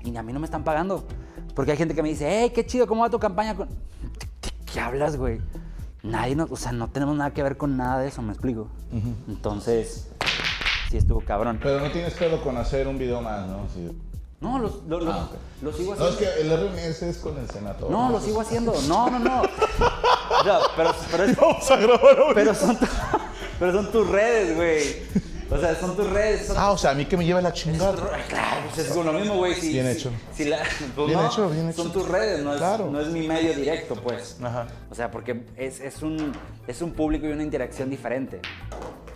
y a mí no me están pagando. Porque hay gente que me dice, hey, qué chido, ¿cómo va tu campaña? Con... ¿De ¿Qué hablas, güey? Nadie, nos, o sea, no tenemos nada que ver con nada de eso, me explico. Entonces, sí estuvo cabrón.
Pero no tienes pedo con hacer un video más, ¿no? Sí.
No, los, los, los-
Ah, ok.
los sigo
No,
haciendo.
es que el RMS es con el Senado.
No, lo sigo haciendo. No,
(laughs)
no, no. No, pero, pero es-
Vamos a grabar ahorita.
pero son, tu- (laughs) pero son tus redes, güey. O sea, son tus redes. son-
Ah, o sea, a mí que me lleva la
Claro,
chingada.
pues es lo mismo, güey. Si,
Bien
si-
hecho.
si la- pues
Bien
no,
hecho, bien hecho.
Son tus redes, no es,
Claro.
no es mi medio directo, pues.
Ajá.
O sea, porque es, es un, es un público y una interacción diferente.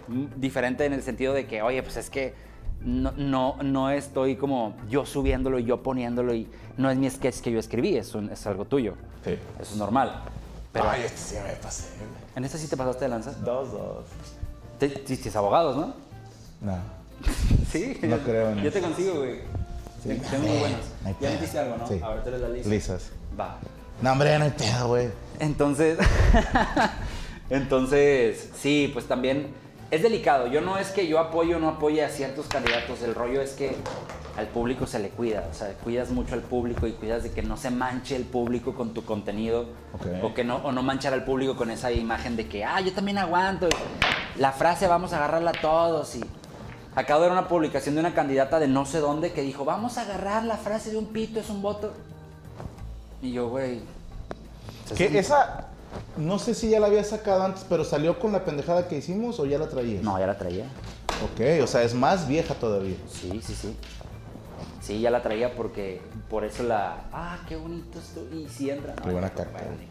Mm, Diferente en el sentido de que, oye, pues es que no, no, no estoy como yo subiéndolo y yo poniéndolo y no es mi sketch que yo escribí, es, un- es algo tuyo.
Sí.
Eso es normal. Pero
Ay, este sí me pasé. güey.
en esta sí te pasaste de lanza.
Dos, dos.
Te, te hiciste abogados, ¿no?
No.
Sí.
No creo en
Yo
eso.
te consigo, güey.
Sí.
Te- Tengo muy buenos.
Ahí está.
Ya metiste algo, ¿no?
Sí.
A ver, te la lista.
Lisas.
Va.
No, hombre, no hay pedo, güey.
Entonces, (laughs) entonces, sí, pues también es delicado. Yo no es que yo apoyo o no apoye a ciertos candidatos. El rollo es que al público se le cuida. O sea, cuidas mucho al público y cuidas de que no se manche el público con tu contenido.
Ok.
O que no, o no manchar al público con esa imagen de que, ah, yo también aguanto. La frase vamos a agarrarla a todos y... Acabo de ver una publicación de una candidata de no sé dónde que dijo, vamos a agarrar la frase de un pito, es un voto. Y yo, güey... o sea, es un-
Que esa, no sé si ya la había sacado antes, pero salió con la pendejada que hicimos o ya la traías.
No, ya la traía.
Ok, o sea, es más vieja todavía.
Sí, sí, sí. Sí, ya la traía porque por eso la. Ah, qué bonito esto. Y si entra. No,
Qué buena
ya,
caca.
bueno, ni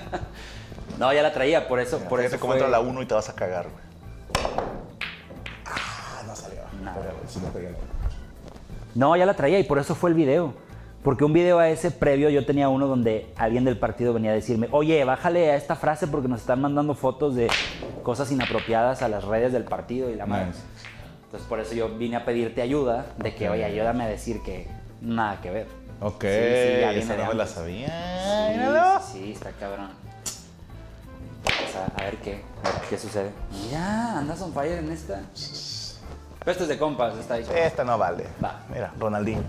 pedo. (laughs) no, ya la traía, por eso. Por eso
Fíjate cómo
fue-
entra la 1 y te vas a cagar, güey. Ah, no salió.
Nada.
Pero, güey, sí me pegué.
No, ya la traía y por eso fue el video. Porque un video a ese previo yo tenía uno donde alguien del partido venía a decirme, oye, bájale a esta frase porque nos están mandando fotos de cosas inapropiadas a las redes del partido y la madre.
Nice.
Entonces por eso yo vine a pedirte ayuda de que, oye, ayúdame a decir que nada que ver.
Ok,
Sí, sí, ya viene
esa
de
no me la
antes.
sabía.
Sí,
Míralo.
Sí, sí, está cabrón. Pues, a, a ver qué, a ver qué sucede. Mira, andas on fire en esta. Pero esto es de compas, está ahí.
Esta no vale.
Va.
Mira, Ronaldinho.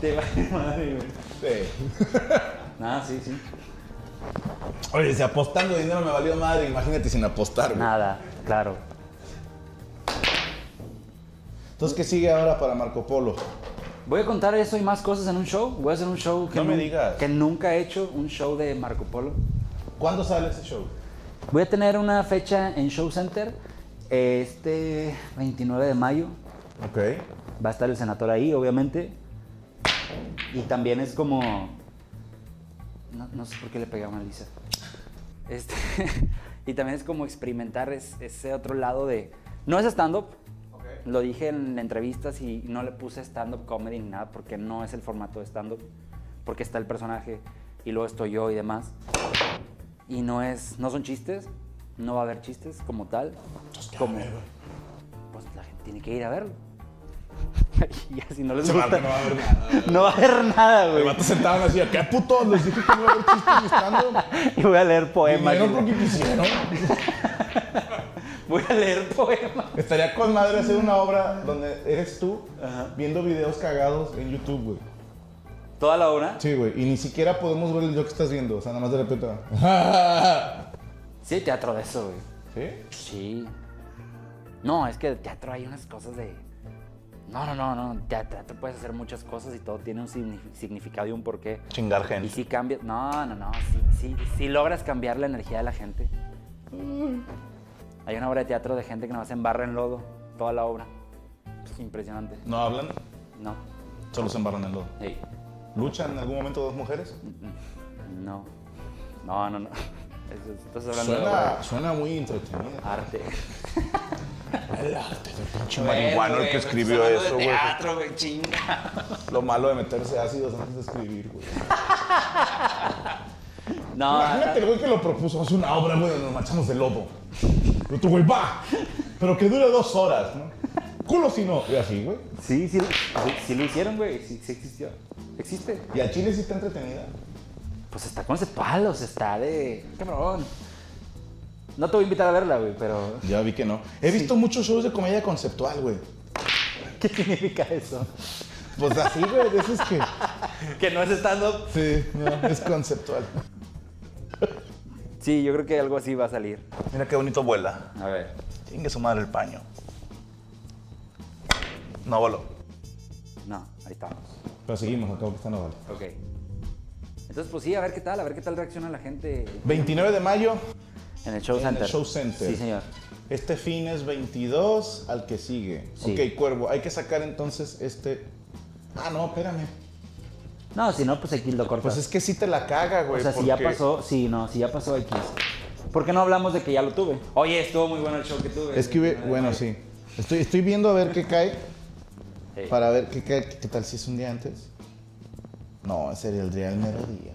Te vale madre, güey. Nada, Ah, sí, sí.
Oye, si apostando dinero me valió madre, imagínate sin apostar, güey.
Nada, claro.
Entonces, ¿qué sigue ahora para Marco Polo?
Voy a contar eso y más cosas en un show. Voy a hacer un show que,
No me
nun-
digas.
que nunca he hecho, un show de Marco Polo.
¿Cuándo sale ese show?
Voy a tener una fecha en Show Center eh, este 29 de mayo.
Ok.
Va a estar el senador ahí, obviamente. Y también es como... No, no sé por qué le pegué a una lisa. Este, (laughs) y también es como experimentar es- ese otro lado de... No es stand-up. Lo dije en entrevistas y no le puse stand-up comedy ni nada porque no es el formato de stand-up. Porque está el personaje y luego estoy yo y demás. Y no es... No son chistes. No va a haber chistes como tal. Como- pues la gente tiene que ir a verlo. (laughs) y así no les
Ese vato
gusta.
no va a ver nada, güey.
No va a haber nada,
El
güey.
vato sentado en la silla, ¿qué puto? Les dije que no iba a haber chistes buscando.
Y voy a leer poemas.
Vinieron
y-
porque quisieron.
Voy a leer poemas.
Estaría con madre hacer una obra donde eres tú viendo videos cagados en YouTube, güey.
¿Toda la hora?
Sí, güey. Y ni siquiera podemos ver el video que estás viendo. O sea, nada más de repente. (laughs) va.
Sí, hay teatro de eso, güey.
¿Sí?
Sí. No, es que de teatro hay unas cosas de. No, no, no, no. Te- Teatro puedes hacer muchas cosas y todo tiene un signi- significado y un porqué.
Chingar
Y si cambias. No, no, no. Sí, sí, sí logras cambiar la energía de la gente. Mm. Hay una obra de teatro de gente que nos embarra en lodo toda la obra. Es impresionante.
No hablan,
No.
solo se embarran en lodo.
Ey,
¿Luchan en algún momento dos mujeres?
No. No, no, (laughs) no. Eso- Estás hablando de obra
Suena, suena muy entretenida.
de arte.
El arte del pinche
Teatro, güey, chinga.
Lo malo de meterse ácidos antes de escribir, güey.
No,
Imagínate el güey que lo propuso, hace una obra, güey, donde nos manchamos de lobo. Pero tu güey, va, pero que dure dos horas, ¿no? Culo si no. Y así, güey.
(laughs) sí, sí, sí, sí lo hicieron, güey. Sí, sí existió. ¿Existe?
Y a Chile sí está entretenida.
Pues está conceptual, o sea, está de. Cabrón. No te voy a invitar a verla, güey, pero.
Ya vi que no. He visto muchos shows de comedia conceptual, güey.
¿Qué significa eso?
Pues así, güey, de esos que.
Que no es stand-up.
Sí, no, es conceptual.
Sí, yo creo que algo así va a salir.
Mira qué bonito vuela.
A ver.
Chingue su madre el paño. No voló.
No, ahí estamos.
Pero seguimos, acabo que está no vale.
Ok. Entonces, pues sí, a ver qué tal, a ver qué tal reacciona la gente
29 de mayo,
en el Show
En el
Center.
Show Center.
Sí, señor.
este fin es 22 al que sigue.
Sí.
Ok, Cuervo, hay que sacar entonces este... Ah, no, espérame.
No, si no, pues aquí lo cortas.
Pues es que sí te la caga, güey.
o sea, si ya
porque-
pasó, sí, no, si ya pasó aquí. ¿Por qué no hablamos de que ya lo tuve? Oye, estuvo muy bueno el show que tuve.
Es que, hube- bueno, sí. Estoy, estoy viendo a ver qué cae,
Sí.
para ver qué cae, qué tal si es un día antes. No, ese sería el día del mero día.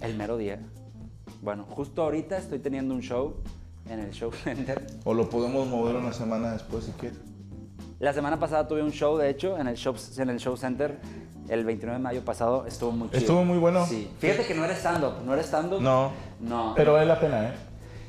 El mero día. Bueno, justo ahorita estoy teniendo un show en el Show (laughs) Center.
O lo podemos mover una semana después si quieres.
La semana pasada tuve un show, de hecho, en el Show, en el show Center. El 29 de mayo pasado estuvo muy chido.
Estuvo muy bueno.
Sí. Fíjate que no era stand-up, no era stand-up.
No.
No.
Pero vale la pena, ¿eh?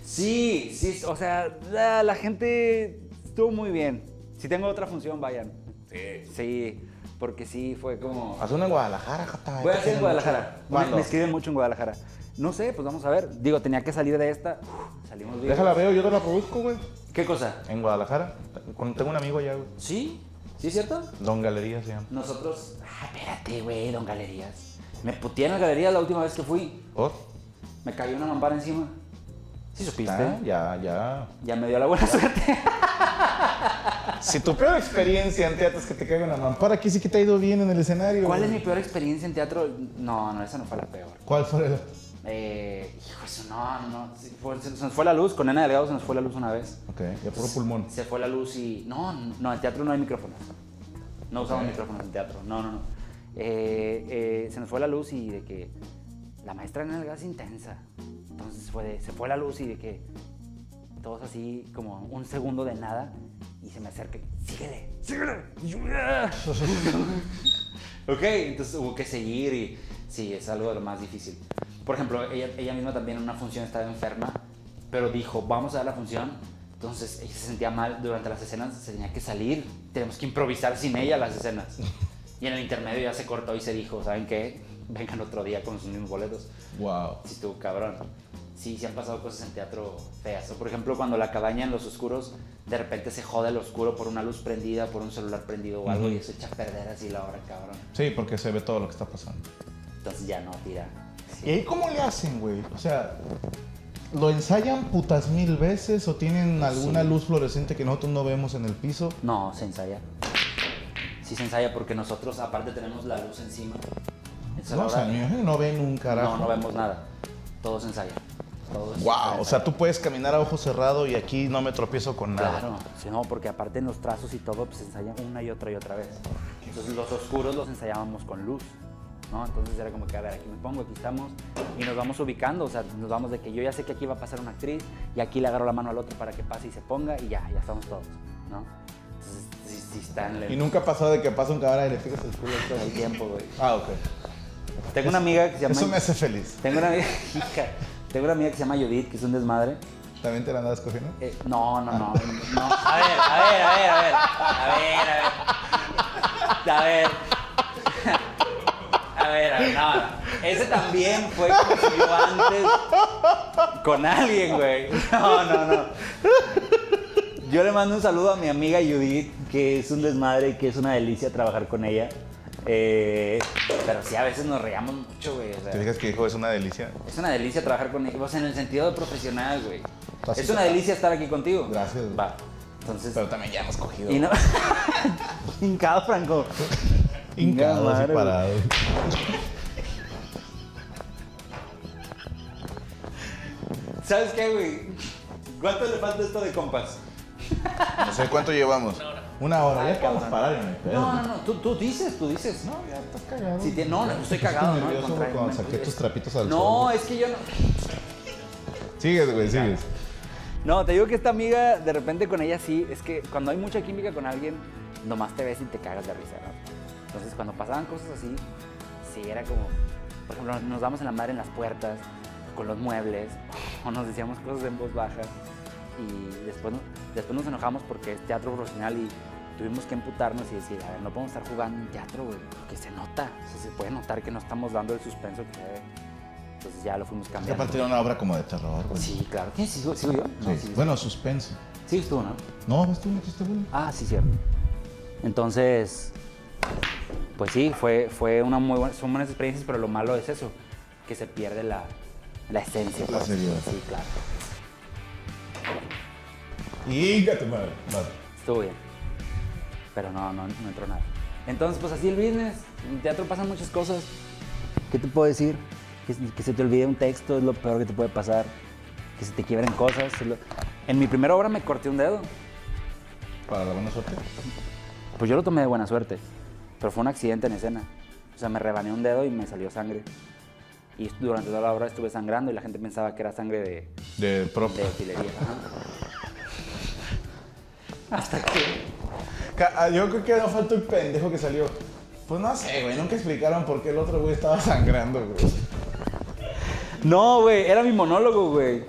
Sí, sí, o sea, la, la gente estuvo muy bien. Si tengo otra función, vayan. Sí. Sí, porque sí, fue como...
Haz una en Guadalajara, jata. ahí
Voy a hacer en
tienen
Guadalajara.
Ah, mucho.
Me,
¿Cuándo?
me escriben mucho en Guadalajara. No sé, pues vamos a ver. Digo, tenía que salir de esta. Uf, salimos bien.
Déjala veo, yo te la produzco, güey.
¿Qué cosa?
En Guadalajara. Con- Tengo un amigo allá, güey.
¿Sí? ¿Sí es cierto?
Don Galería se llama.
Nosotros... Ah, espérate, güey, don Galerías. Me puteé en la galería la última vez que fui.
¿Por?
Me cayó una mampara encima. ¿Sí supiste?
Ah, ya, ya.
Ya me dio la buena suerte.
Si tu peor experiencia en teatro es que te caiga una mampara, aquí sí que te ha ido bien en el escenario.
¿Cuál es
güey.
mi peor experiencia en teatro? No, no, esa no fue la peor.
¿Cuál fue el...?
Eh, hijo, eso no, no. sí, fue- se nos fue la luz, con Ana Delgado se nos fue la luz una vez.
Ok, ya puro pulmón.
Se fue la luz y. No, no, en teatro no hay micrófonos. No usamos micrófonos en teatro, no, no, no. Eh, eh, se nos fue la luz y de que. La maestra Ana Delgado es intensa. Entonces fue de- se fue la luz y de que. Todos así, como un segundo de nada, y se me acerca y. ¡Síguele! ¡Síguele! Y yo, "Ah". Ok, entonces hubo que seguir y sí, es algo de lo más difícil. Por ejemplo, ella, ella misma también en una función estaba enferma, pero dijo, vamos a dar la función. Entonces ella se sentía mal durante las escenas, se tenía que salir, tenemos que improvisar sin ella las escenas. Y en el intermedio ya se cortó y se dijo, ¿saben qué? Vengan otro día con sus mismos boletos.
Wow.
Sí, estuvo cabrón. Sí, sí han pasado cosas en teatro feas. O por ejemplo, cuando la cabaña en los oscuros, de repente se jode el oscuro por una luz prendida, por un celular prendido o algo,
Ujú.
y eso echa a perder así la obra, cabrón.
Sí, porque se ve todo lo que está pasando.
Entonces ya no tira.
¿Y ahí cómo le hacen, güey? O sea, ¿lo ensayan putas mil veces o tienen alguna
Sí.
luz fluorescente que nosotros no vemos en el piso?
No, se ensaya. Sí se ensaya porque nosotros aparte tenemos la luz encima. Entonces, a la
No, o sea,
hora-
mi mujer no ven un carajo.
no, no vemos nada. Todo se ensaya. Todo es-
Wow, o sea, tú puedes caminar a ojo cerrado y aquí no me tropiezo con nada.
Claro, sí, no, porque aparte en los trazos y todo, pues se ensayan una y otra y otra vez. Entonces los oscuros los ensayábamos con luz, ¿no? Entonces era como que, a ver, aquí me pongo, aquí estamos, y nos vamos ubicando, o sea, nos vamos de que yo ya sé que aquí va a pasar una actriz, y aquí le agarro la mano al otro para que pase y se ponga, y ya, ya estamos todos, ¿no? Entonces sí, sí están
Y nunca ha pasado de que pasa un cabrón y le fijas el culo.
todo el tiempo, güey.
Ah, ok.
Tengo una amiga que se llama...
Eso me hace feliz.
Tengo una (laughs) amiga, hija, tengo una amiga que se llama Judith, que es un desmadre.
¿También te la andas cogiendo?
Eh, no, no, no, no. A ver, a ver, a ver, a ver. A ver, a ver. A ver. A ver, a ver, no, no. Ese también fue como si yo antes con alguien, güey. No, no, no. Yo le mando un saludo a mi amiga Judith, que es un desmadre y que es una delicia trabajar con ella. Eh, pero sí, a veces nos reamos mucho, güey. o sea.
¿Te fijas que dijo es una delicia?
Es una delicia trabajar con ellos, en el sentido de profesional, güey.
Así
es una
que-
delicia estar aquí contigo.
Gracias, güey.
Va. Entonces.
Pero también ya hemos cogido.
Y no. (laughs)
(laughs)
Hincado, Franco.
Hincados
Madre,
y
güey.
parados.
¿Sabes qué, güey? ¿Cuánto le falta esto de compas?
No sé cuánto llevamos. Una hora. Una hora.
Ay,
ya podemos
cabrón.
parar en el pedo.
No, no, no. Tú, tú dices, tú dices.
No, ya estás cagado.
Si te- no, no, estoy cagado, ¿no? Al
nervioso
contrario,
cuando
me-
saqué tus trapitos al sol.
No, eh. es que yo no.
Sigues, güey, sigues.
No, te digo que esta amiga, de repente con ella sí, es que cuando hay mucha química con alguien, nomás te ves y te cagas de risa, ¿no? Entonces, cuando pasaban cosas así, sí era como, por ejemplo, nos damos en la madre en las puertas, con los muebles, (laughs) o nos decíamos cosas en voz baja, y después, no- después nos enojamos porque es teatro profesional y tuvimos que emputarnos y decir, a ver, no podemos estar jugando en teatro, güey, porque se nota, o sea, se puede notar que no estamos dando el suspenso que debe. Entonces ya lo fuimos
Que
cambiando.
aparte era una obra como de terror, güey.
Sí, claro. ¿Quién sigo, sigo yo? No,
Sí.
sí, sí.
Bueno, suspenso.
Sí, estuvo, ¿no?
No, pues tú no hiciste bullying.
Ah, sí, cierto. Entonces, pues sí, fue, fue una muy buena, son buenas experiencias, pero lo malo es eso, que se pierde la, la esencia.
La
pues.
seriedad.
Sí, claro.
Y tu madre. Vale.
Estuvo bien. Pero no, no, no entró nada. Entonces, pues así el business. En teatro pasan muchas cosas. ¿Qué te puedo decir? Que, que se te olvide un texto es lo peor que te puede pasar. Que se te quiebren cosas. es lo- En mi primera obra me corté un dedo.
Para la buena suerte.
Pues yo lo tomé de buena suerte, pero fue un accidente en escena. O sea, me rebané un dedo y me salió sangre. Y durante toda la obra estuve sangrando y la gente pensaba que era sangre de,
De propio.
de utilería. Hasta que...
Ca- ah, Yo creo que no faltó el pendejo que salió. Pues no sé, güey. Nunca explicaron por qué el otro güey estaba (laughs) sangrando, güey.
No, güey, era mi monólogo, güey.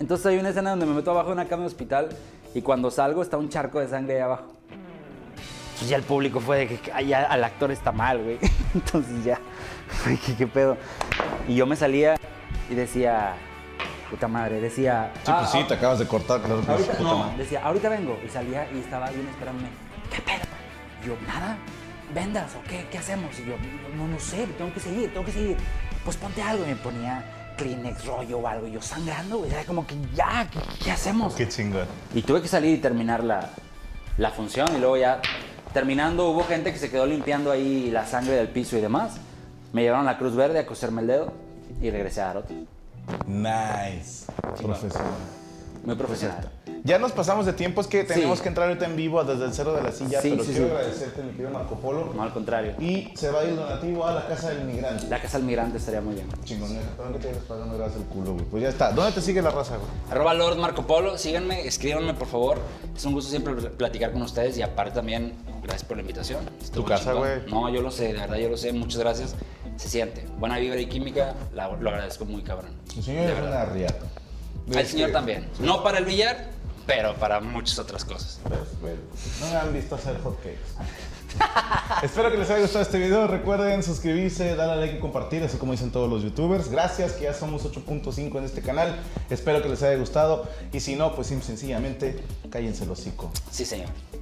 Entonces hay una escena donde me meto abajo de una cama de hospital y cuando salgo está un charco de sangre ahí abajo. Entonces ya el público fue de que "Ay, ya al actor está mal, güey. (laughs) Entonces ya, güey, ¿qué, qué pedo. Y yo me salía y decía, puta madre, decía.
Sí,
"Ah,
pues sí,
ah,
te acabas de cortar, claro que
ahorita,
sí, puta
no,
madre.
decía, ahorita vengo. Y salía y estaba alguien esperándome. ¿Qué pedo? Yo, nada, vendas o qué, qué hacemos. Y yo, no, no sé, tengo que seguir, tengo que seguir. Pues ponte algo. Y me ponía Kleenex, rollo o algo. Y yo sangrando, güey. Era como que ya, ¿qué, qué hacemos?
Qué chingón.
Y tuve que salir y terminar la, la función. Y luego ya terminando hubo gente que se quedó limpiando ahí la sangre del piso y demás. Me llevaron la Cruz Verde a coserme el dedo y regresé a Arot.
Nice. Profesional.
Muy profesional.
Ya nos pasamos de tiempo, es que tenemos
Sí.
que entrar ahorita en vivo a desde el cero de la silla,
Sí,
pero
sí,
quiero
sí.
agradecerte, mi querido Marco Polo.
No, al contrario.
Y se va a ir donativo a la casa del migrante.
La casa del migrante estaría muy bien.
Chingonera, perdón que te hayas pagado gracias el culo, güey. Pues ya está. ¿Dónde te sigue la raza, güey?
Arroba Lord Marco Polo, síganme, escríbanme por favor. Es un gusto siempre pl- platicar con ustedes y aparte también, gracias por la invitación. Estuvo
Tu casa,
chingón.
güey.
No, yo lo sé, de verdad yo lo sé, muchas gracias. Se siente. Buena vibra y química, la- lo agradezco muy cabrón.
El señor
De
es
verdad.
una riata.
Al señor también. No para el billar, pero para muchas otras cosas.
No me han visto hacer hotcakes. (laughs) Espero que les haya gustado este video. Recuerden suscribirse, darle like y compartir, así como dicen todos los youtubers. Gracias, que ya somos 8.5 en este canal. Espero que les haya gustado. Y si no, pues sim- sencillamente cállense el hocico.
Sí, señor.